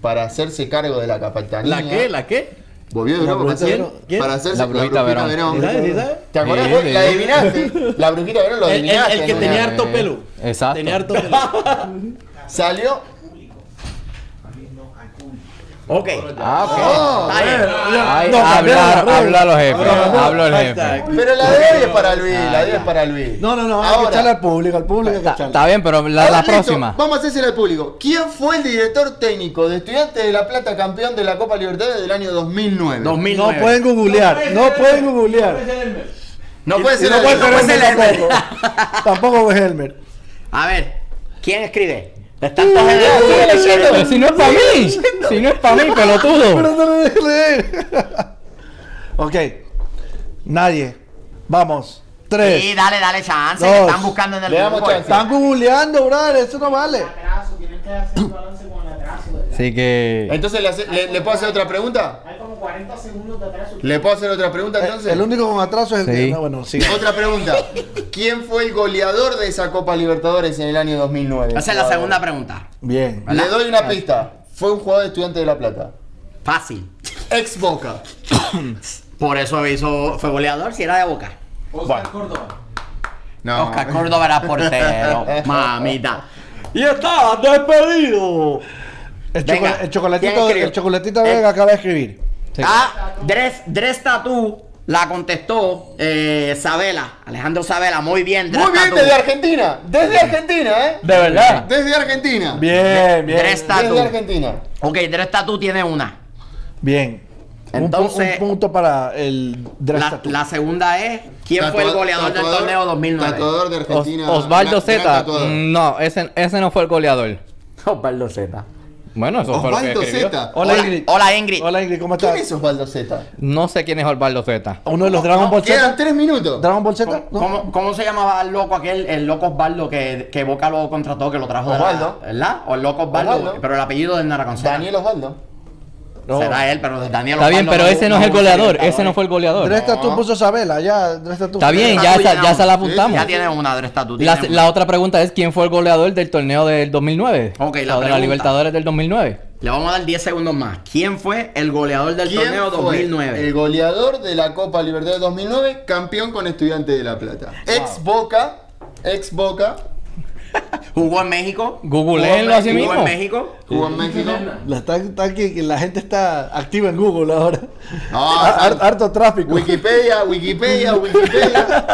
B: para hacerse cargo de la capitanía.
D: ¿La qué? ¿La qué?
B: Volvió de
E: ¿La
B: Europa
E: brujita
B: ¿quién?
E: Verón? ¿Quién?
B: para hacerse
C: La
B: la
C: brujita
B: brujita,
C: Verón.
B: Verón.
E: ¿Sí
A: eh.
E: sabes? ¿Sí sabes?
B: ¿Te acordás?
C: Sí,
B: vos?
C: sí.
B: La adivinaste. La brujita Verón lo
D: El, el-
B: adivinaste.
D: el que
B: ¿no?
D: tenía harto pelo.
C: Eh, Exacto.
D: Tenía harto pelo.
B: Salió.
A: Ok.
C: Ah, ok.
B: Oh,
A: Está bien.
C: Ay,
E: No,
C: hablar,
E: cambiaron
C: habla a los jefes.
E: No, no,
C: Hablo el jefe.
D: hashtag.
B: pero la de hoy es para Luis. La de hoy es para Luis.
E: No, no, no, hay que
B: Ahora,
E: echarle al público, al público hay que
C: Está,
E: echarle.
C: está bien, pero la,
B: Ahora,
C: la
B: listo, [LAUGHS]
C: próxima.
B: Vamos a hacerse al público. ¿Quién fue el director técnico de Estudiantes de La Plata campeón de la Copa Libertadores del año 2009?
A: 2009.
E: No pueden googlear, no pueden googlear.
B: No puede
E: Y
B: ser
E: no
B: el-
E: puede
B: no puede
E: ser
B: ser el-
E: Helmer tampoco. Tampoco es Helmer.
A: A ver, ¿quién escribe? De tantas generaciones.
C: Pero si no es para mí. Si no es para mí,
E: Pero
C: pelotudo.
E: no le dejes leer. ok. Nadie. Vamos. Tres.
A: Sí, dale, dale chance.
E: Dos.
A: que están buscando en el
B: Le damos
A: grupo.
B: chance.
E: Están googleando, brother. Eso no vale.
G: atraso, tienen que hacer un balance con el atraso. ¿verdad?
C: Así que.
B: Entonces, ¿le, hace- le- le puedo hacer otra pregunta?
G: Hay como 40 segundos de atraso.
B: ¿Le puedo hacer otra pregunta
E: El,
B: entonces?
E: Eh, el único con atraso es el
C: Sí.
E: que. No, bueno, sigue.
B: Otra pregunta. ¿Quién fue el goleador de esa Copa Libertadores en el año 2009?
A: Esa es la segunda pregunta.
E: Bien.
B: Le doy una pista. Fue un jugador de Estudiantes de La Plata.
A: Fácil.
B: Ex Boca.
A: Por eso hizo, fue goleador si era de boca.
G: Oscar Córdoba.
B: No.
A: Oscar Córdoba
B: [LAUGHS]
A: era portero. Mamita. Y está despedido.
E: El,
A: Venga,
E: chocola- el
A: ¿quién
E: chocolatito,
A: escribió?
E: el chocolatito
A: Eh.
E: Vega acaba de escribir.
C: Sí.
A: Ah, Dres, Dres Tatú la contestó eh, Sabela. Alejandro Sabela, muy bien. Dres
B: Muy bien,
A: Tatú.
B: desde Argentina. Desde Argentina, ¿eh?
C: De verdad.
B: Desde Argentina.
E: Bien, bien.
A: Dres Tatú.
B: Desde Argentina.
A: Ok, Dres Tatú tiene una.
E: Bien. Un pu-
A: Entonces,
E: un, punto para el draft
A: la,
E: tattoo.
A: la segunda es: ¿quién fue el
B: Tatuador-
A: goleador del
B: tatuador-
A: torneo 2009?
B: Tatuador de
C: Os-
B: Argentina.
C: Osvaldo Mm.
B: gran- gran
C: Z.
B: tatuador.
C: No, ese, ese no fue el goleador.
A: Osvaldo Zeta.
C: Bueno, eso fue lo
B: Osvaldo
C: que escribió.
B: Z.
E: Hola,
A: Hola,
E: Ingrid.
A: hola, Ingrid.
E: Hola Ingrid, ¿cómo
B: ¿Quién
E: estás?
B: es Osvaldo Z?
C: No sé quién es Osvaldo Z.
E: Uno de los Dragon Ball
B: Quedan
E: Z.
B: tres minutos.
E: Dragon Ball Z.
A: ¿Cómo,
E: ¿no?
A: cómo- cómo se llamaba el loco aquel, el loco Osvaldo que, que Boca lo contrató, que lo trajo de la-
B: Osvaldo.
A: ¿Verdad? O el loco Osvaldo,
B: Osvaldo.
A: pero el apellido de Narraconcena.
B: Daniel Osvaldo.
A: Será él, pero Daniel
C: Está bien,
A: Osvaldo
C: pero ese no es el
A: hubo
C: goleador.
A: dictadores.
C: Ese no fue el goleador.
E: Dress Tattoo
B: No.
E: puso Isabela, ya. Dress Tattoo.
C: Está bien, ya, esa- ya se la apuntamos.
A: Ya tiene una de estas, tú
C: La,
A: tienes
C: la
A: una.
C: otra pregunta es: ¿quién fue el goleador del torneo del 2009?
A: Ok, la
C: O de
A: pregunta.
C: la Libertadores del 2009.
A: Le vamos a dar 10 segundos más. ¿Quién fue el goleador del
B: ¿Quién
A: torneo
B: fue
A: 2009?
B: El goleador de la Copa Libertadores 2009, campeón con Estudiantes de La Plata. Ex Boca, ex Boca,
A: ¿Jugó en México?
C: Googleenlo así
A: ¿Jugó en
C: mismo.
A: México?
B: jugó en México.
E: La, está- está aquí, que la gente está activa en Google ahora.
B: No,
E: [LAUGHS] Har-
B: sal-
E: harto tráfico.
B: Wikipedia, Wikipedia,
C: [LAUGHS]
B: Wikipedia.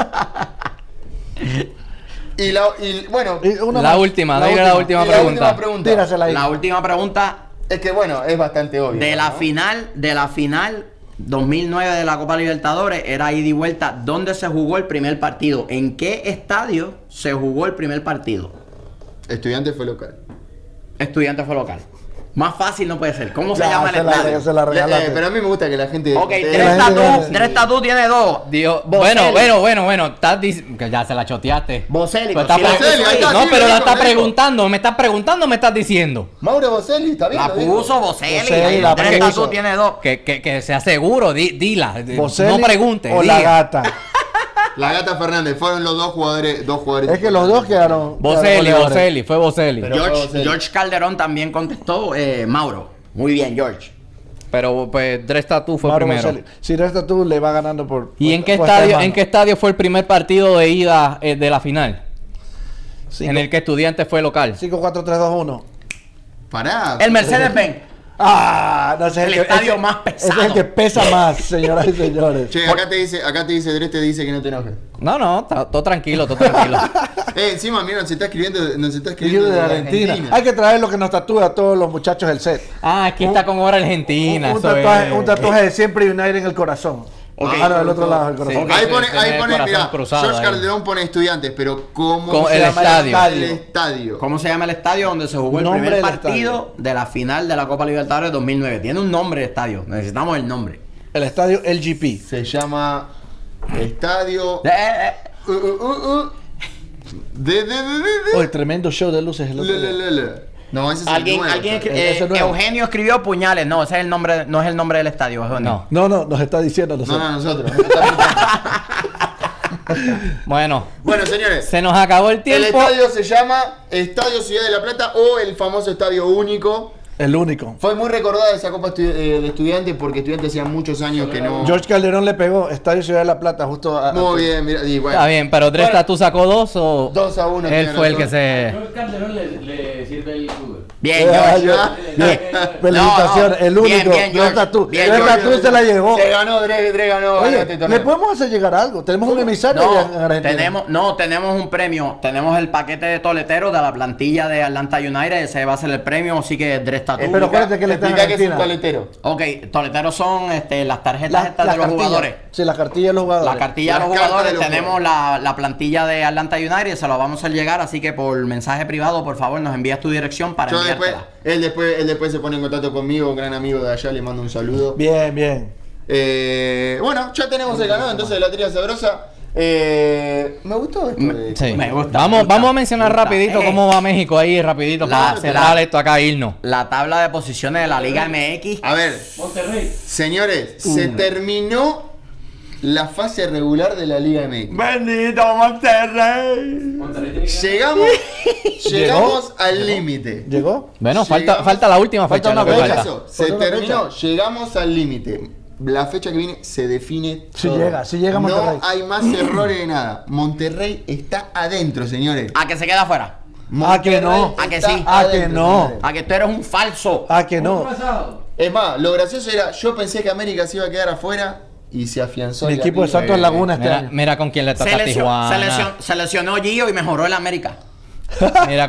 B: y la y, bueno,
E: Y Eh, una
C: La
E: más.
C: última, dale la última
B: y la última
C: pregunta.
B: pregunta.
E: Tírasela ahí.
A: La última pregunta
B: Es que bueno, es bastante obvio.
A: de la
B: ¿no?
A: final, de la final 2009 de la Copa Libertadores era ida y vuelta. ¿Dónde se jugó el primer partido? ¿En qué estadio se jugó el primer partido?
B: Estudiantes fue local.
A: Estudiante fue local. Más fácil no puede ser. ¿Cómo
E: Ya,
A: se llama el
E: se la-
A: estadio?
E: se la regalaste.
B: Eh, pero a mí me gusta que la gente
A: Ok,
B: ustedes-
A: tres
E: la
A: tatu,
E: gente gana.
A: tres tatu tiene dos.
C: Dios,
A: Bocelli.
C: bueno, bueno, bueno, bueno, estás dic- que ya se la choteaste.
A: Bocelli,
C: Pero está
A: Bocelli,
C: pre-
B: Bocelli, ahí está,
C: no,
B: sí,
C: pero
B: lo
C: la
B: dijo,
C: está
B: lo dijo.
C: preguntando, me estás preguntando, me estás diciendo.
B: Mauro Boselli, está bien.
A: La
B: lo dijo.
A: puso Bocelli.
E: Bocelli, la
A: tres
E: puso.
A: tatu tiene dos.
C: Que, que, que sea seguro, di- dila. di-
E: Bocelli
C: no preguntes.
E: O la gata.
B: La gata Fernández, fueron los dos jugadores, dos jugadores.
E: [LAUGHS] Es que los dos quedaron.
C: Bocelli,
E: quedaron goleadores.
C: Bocelli, fue Bocelli.
B: Pero- fue
A: George,
B: Bocelli.
A: George Calderón también contestó eh, Mauro. Muy bien, George.
C: Pero pues Dres Tatú fue
E: Mauro
C: primero.
E: Bocelli. Pues, Si Dress Tattoo le va ganando por.
C: ¿Y
E: por-
C: en qué
E: por
C: estadio,
E: esta
C: en qué
E: mano.
C: estadio fue el primer partido de ida eh, de la final?
E: Cinco-
C: En el que estudiante fue local.
E: 5, 4, 3, 2, 1.
B: Pará.
A: El Mercedes-Benz.
E: Ah, no sé.
A: El
E: que-
A: estadio
E: ese-
A: más pesado.
E: ese Es el que pesa más,
C: [LAUGHS]
E: señoras y señores.
B: Che, acá te dice, acá te dice, Dres te dice que no te
E: [LAUGHS]
B: enojes.
C: No, no, ta- todo tranquilo, todo tranquilo.
B: Eh, encima, mira, nos está escribiendo, nos está
E: Yo
B: escribiendo
E: de Argentina. Hay que traer lo que nos tatúe a todos los muchachos del set.
C: Ah, aquí está con hora argentina.
E: Un, un
C: eso
E: tatuaje,
C: es.
E: un tatuaje de siempre United en el corazón.
A: Ok.
E: Ah, no, del otro lado del
C: Sí.
E: corazón.
B: ahí
C: Sí,
B: pone,
C: sí,
B: ahí
C: tener
B: pone,
C: corazón
B: mira,
C: cruzado
B: George
C: ahí.
B: Calderón pone estudiantes, pero ¿cómo
C: Con
B: se
C: el
B: llama
C: estadio.
B: El estadio.
A: ¿Cómo se llama el estadio donde se jugó el
E: Nombre
A: primer
E: del
A: partido de la final de la Copa Libertadores 2009? Tiene un nombre el estadio. Necesitamos el nombre.
E: El estadio LGP.
B: Se llama Estadio.
A: Eh, eh, eh.
B: Uh, uh, uh, uh. De, de, de,
E: Oh,
B: de,
E: el tremendo show de luces el
B: de.
E: otro
B: Le, le, le,
E: día.
B: le. No, ese es el
A: Alguien,
B: nuevo.
A: alguien escri-
E: Ese
A: eh,
E: nuevo.
A: Eugenio escribió puñales. No, ese es el nombre, no es el nombre del estadio. Eugenio.
C: No.
E: No, no, nos está diciendo
B: No,
E: nosotros.
B: no, nosotros. nos está preguntando.
C: Bueno,
B: bueno, señores.
C: se nos acabó el
B: El
C: tiempo.
B: estadio se llama Estadio Ciudad de la Plata o el famoso Estadio Único.
E: El único.
B: Fue muy recordada esa Copa estu- eh, de Estudiantes porque Estudiantes hacían muchos años que no.
E: George Calderón le pegó Estadio Ciudad de la Plata justo a.
B: Muy bien, mira, y bueno.
C: Está bien, pero Dres
B: Bueno,
C: Tatú sacó dos o.
B: Dos a uno,
C: Él
B: señora,
C: fue el
B: dos.
C: que se.
G: Yo el Calderón le, le sirve el Google.
A: Bien,
E: [LAUGHS] Ah,
A: George. [LAUGHS]
E: yo- bien. Felicitaciones,
A: No, no.
E: el
A: Bien,
E: único.
A: bien,
E: Dress
A: George.
E: Tattoo.
A: Bien,
E: Dress
A: George.
E: Tattoo se la llevó.
B: Se ganó, Dre, Dre ganó.
E: Oye,
B: ganaste el torneo.
E: le podemos hacer llegar algo. Tenemos un emisario allá en
A: No,
E: Argentina.
A: tenemos, no, tenemos un premio. Tenemos el paquete de toleteros de la plantilla de Atlanta United. Ese va a ser el premio, así que Dres Tatú.
E: Pero acuérdate que él está en
B: Explica que es un
E: Argentina.
B: paletero.
A: Ok, toleteros son este, las tarjetas
E: Las-
A: estas
E: las
A: de los
E: cartillas.
A: jugadores.
E: Sí, las cartillas de los jugadores.
A: La cartilla de
B: Las
A: los
B: cartas
A: jugadores,
B: de los
A: tenemos la, la plantilla de Atlanta United, se la vamos a hacer llegar, así que por mensaje privado, por favor, nos envías tu dirección para
B: Yo después,
A: enviártela.
B: él después, él después se pone en contacto conmigo, un gran amigo de allá, le mando un saludo.
E: Bien, bien.
B: Eh, bueno, ya tenemos el ganado entonces de la tría sabrosa. Eh, me gustó esto. de-
C: Sí.
A: Me gusta,
C: vamos,
A: me gusta,
C: vamos a mencionar
A: me gusta.
C: rapidito
A: Eh.
C: cómo va México ahí, rapidito,
A: La-
C: para
A: la-
C: cerrar esto acá e irnos.
A: La tabla de posiciones de la Liga MX.
B: A ver,
G: Monterrey.
B: señores, se terminó la fase regular de la Liga MX.
A: Bendito Monterrey.
G: Monterrey tiene que
E: [LAUGHS]
B: Llegamos, llegamos al límite.
E: ¿Llegó?
C: Bueno,
B: Llegamos-
C: falta, falta la última fecha.
E: Falta una
C: lo que
B: Por
E: fecha.
C: falta.
B: eso, se
E: Por una
B: terminó, llegamos al límite. La fecha que viene se define.
E: Si
B: todo.
E: llega, si llega Monterrey.
B: No hay
E: [CLEARS THROAT]
B: más errores de nada. Monterrey está adentro, señores.
A: A que se queda afuera.
E: Ah, que no.
B: Monterrey
A: Ah, que
B: está
A: sí.
E: Ah, que no.
B: señores.
A: A que tú eres un falso.
E: Ah, que
G: No.
E: no.
G: pasado?
B: Es más, lo gracioso era, yo pensé que América se iba a quedar afuera y se afianzó.
E: Mi
B: la
E: equipo de
B: pinta.
E: Santos Laguna este
C: Mira,
E: año.
C: mira con quién le
A: Se
C: toca a
A: lesio- se
C: Tijuana.
A: lesion- se lesionó Gio y mejoró el América.
C: Mira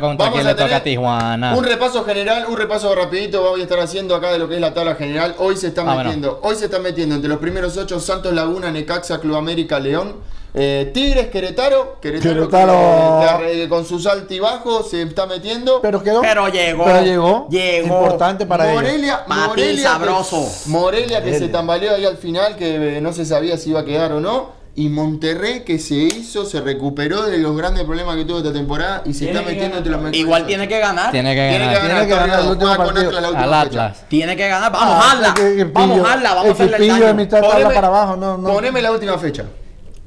A: [LAUGHS]
C: contra quién le toca
B: tener
C: a Tijuana.
B: Un repaso general, un repaso rapidito voy a estar haciendo acá de lo que es la tabla general. Hoy se están
C: Ah, bueno.
B: metiendo, hoy se están metiendo entre los primeros ocho Santos Laguna, Necaxa, Club América, León, eh, Tigres, Querétaro, Querétaro,
E: Querétaro.
B: que, eh, con sus altibajo se está metiendo.
E: Pero quedó.
A: Pero llegó.
E: Pero llegó.
A: Llegó.
E: Importante para ellos.
B: Morelia,
A: Patín
B: Morelia,
A: sabroso.
B: Que, Morelia que se tambaleó ahí al final, que eh, no se sabía si iba a quedar o no. Y Monterrey que se hizo, se recuperó de los grandes problemas que tuvo esta temporada y se está metiendo entre los mejores.
A: Igual tiene que ganar.
C: Tiene que
B: Tiene que
C: ganar.
B: ganar,
E: Tiene que ganar
B: Tornado.
E: el último
B: Juega con
E: partido.
B: Atlas la
C: Al
B: última fecha.
C: Atlas.
A: Tiene que ganar. Vamos,
E: Ah,
A: Harla.
E: qué- qué
A: Vamos,
E: pillo.
A: Harla. Vamos a
E: El
A: hacerle el
E: pillo de
A: daño.
E: mitad de tabla para abajo. No, no.
B: Poneme la última fecha.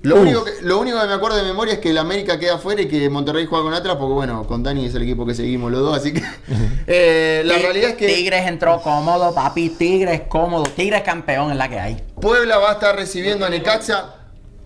B: Lo
E: Uf.
B: único, que, lo único que me acuerdo de memoria es que el América queda afuera y que Monterrey juega con Atlas, porque bueno, con Dani es el equipo que seguimos los dos,
E: [LAUGHS]
B: así que eh, la
A: Ti-
B: realidad es que
A: Tigres entró cómodo, papi. Tigres cómodo. Tigres campeón es la que hay.
B: Puebla va a estar recibiendo a Necaxa.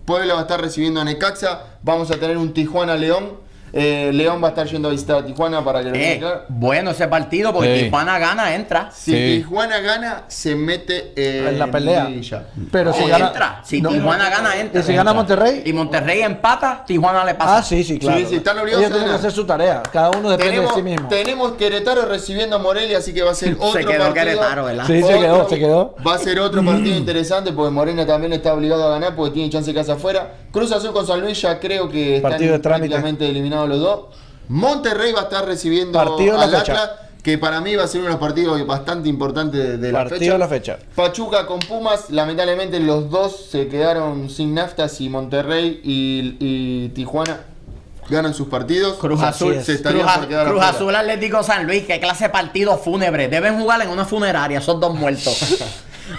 B: Puebla va a estar recibiendo a Necaxa. Vamos a tener un Tijuana-León. Eh, León va a estar yendo a visitar a Tijuana para que lo
A: Eh,
B: quede claro.
A: bueno ese partido porque
C: Sí.
A: Tijuana gana, entra.
B: Si
C: sí.
B: Tijuana gana, se mete eh,
E: En la pelea.
B: liguilla. Eh,
E: Pero
A: No,
E: si
A: entra.
E: gana.
A: Si
E: no.
A: Tijuana gana, entra.
E: Y si gana Monterrey.
A: Y Monterrey empata, Tijuana le pasa.
E: Ah, sí, sí, claro.
B: Sí, sí, están obligados
E: Ellos
B: a
E: tienen
B: ganar.
E: que hacer su tarea. Cada uno depende
B: Tenemos,
E: de sí mismo.
B: tenemos Querétaro recibiendo a Morelia, así que va a
A: [LAUGHS]
B: ser otro
A: quedó
B: partido.
A: Querétaro, ¿verdad?
E: Sí, se quedó,
B: Otro-
E: se quedó.
B: Va a ser otro
E: [CLEARS THROAT]
B: partido interesante porque Morena también está obligado a ganar porque tiene chance de casa afuera. Cruz Azul con San Luis ya creo que están
E: Partido de trámite.
B: prácticamente eliminados los dos. Monterrey va a estar recibiendo
E: Partido de la
B: al
E: fecha.
B: Atlas, que para mí va a ser uno de los partidos bastante importantes de, de la
E: Partido de
B: fecha.
E: la fecha.
B: Pachuca con Pumas, lamentablemente los dos se quedaron sin naftas y Monterrey y, y Tijuana ganan sus partidos.
A: Cruz
E: Así
A: Azul,
E: es.
B: se
A: Cruz,
B: estarían por quedar
A: Cruz
B: afuera.
A: Azul Atlético San Luis, qué clase de partido fúnebre. Deben jugar en una funeraria, son dos
E: [LAUGHS]
A: muertos.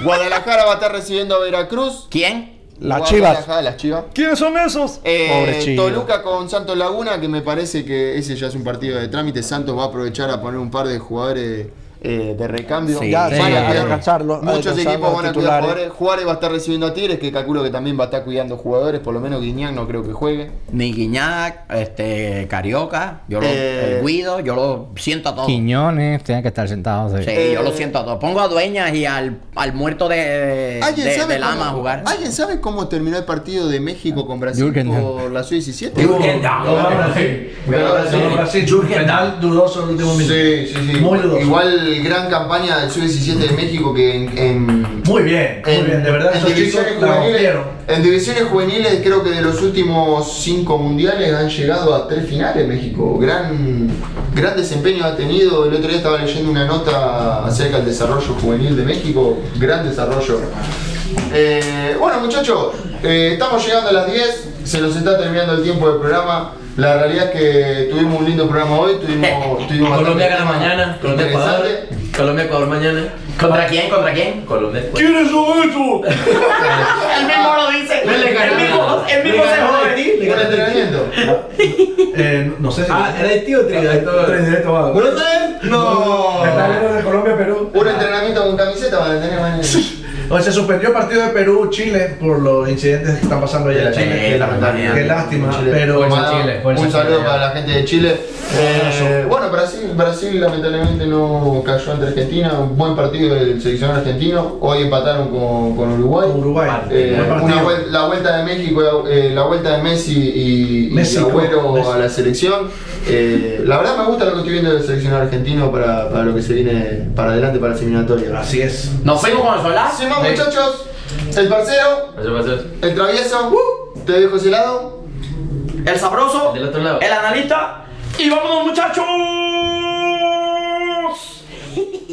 B: Guadalajara va a estar recibiendo a Veracruz.
A: ¿Quién?
E: Las
B: Guadalajara,
E: chivas.
B: Las chivas.
F: ¿Quiénes son esos?
B: Eh,
E: Pobre Chivas.
B: Toluca con Santos Laguna, que me parece que ese ya es un partido de trámite. Santos va a aprovechar a poner un par de jugadores eh, de recambio.
A: Sí,
E: Ya,
A: sí,
B: Van a
A: a
B: cuidar-
E: descansarlos, a
B: Muchos
E: descansar
B: equipos
E: los
B: van a cuidar
E: titulares.
B: jugadores. Juárez va a estar recibiendo a Tigres, que calculo que también va a estar cuidando jugadores. Por lo menos Guiñán no creo que juegue.
A: Ni Guiñac, este, Carioca, yo
B: Eh,
A: lo el Guido, yo lo siento a todos.
C: Quiñones tiene que estar sentado. sí.
A: Sí, yo
E: Eh,
A: lo siento a todos. Pongo a Dueñas y al, al muerto de,
B: ¿Alguien,
A: Eh, de,
B: sabe
A: de Lama
B: cómo,
A: a jugar.
B: ¿Alguien sabe cómo terminó el partido de México con Brasil
C: Jürgen Damm.
B: por la sub-17?
H: dudoso el último minuto.
B: Sí, sí, sí.
H: Muy dudoso.
B: Igual gran campaña del Sub-17 de México que en, en-
H: Muy bien, muy
B: en-
H: bien. De verdad,
B: en
H: esos chicos
B: divisiones
H: la
B: juveniles,
H: rompieron.
B: en divisiones juveniles creo que de los últimos cinco mundiales han llegado a tres finales México. Gran, gran desempeño ha tenido. El otro día estaba leyendo una nota acerca del desarrollo juvenil de México. Gran desarrollo. Eh, bueno muchachos, eh, estamos llegando a las 10, se nos está terminando el tiempo del programa. La realidad es que tuvimos un lindo programa hoy,
D: [LAUGHS]
B: tuvimos, tuvimos
D: Colombia
B: bastante tema
D: gana mañana, Colombia Ecuador.
B: interesante.
D: Colombia Ecuador mañana.
A: ¿Contra quién? ¿Contra quién?
D: Colombia Ecuador.
H: ¿Quiénes son esos?
A: [LAUGHS] Él mismo lo dice.
D: No le ganó. Le ganó a Haití, le
B: Buen
D: ganó a Haití.
B: entrenamiento.
D: [LAUGHS]
H: Eh, no sé si.
D: Ah, ¿era Haití o Trinidad y Tobago?
H: Trinidad y Tobago.
D: ¿No sabes?
B: No.
H: Está hablando de Colombia, Perú.
B: Un entrenamiento con camiseta van a tener mañana.
H: O se suspendió el partido de Perú-Chile por los incidentes que están pasando allá en
B: Sí,
H: Chile. Qué
B: lamentable.
H: lástima, Qué lástima,
B: Chile.
H: pero.
B: Bueno,
G: Chile, fuerza
B: un
G: Chile.
B: saludo para la gente de Chile. Eh, bueno, Brasil, Brasil lamentablemente no cayó ante Argentina. Un buen partido del seleccionado argentino. Hoy empataron con, con Uruguay.
H: Con Uruguay.
B: Eh,
H: Buen partido.
B: una vuel- la vuelta de México, eh, la vuelta de Messi y, y
H: Messi,
B: Agüero
H: Messi.
B: a la selección. Eh, la verdad me gusta lo que estoy viendo del seleccionado argentino para, para lo que se viene para adelante para la eliminatoria.
H: Así es.
A: Nos fuimos con el solar.
B: Sin más muchachos, el parcero, el travieso,
H: Uh.
B: te dejo ese lado.
A: El sabroso.
D: Del otro lado.
A: El analista. Y vámonos, muchachos.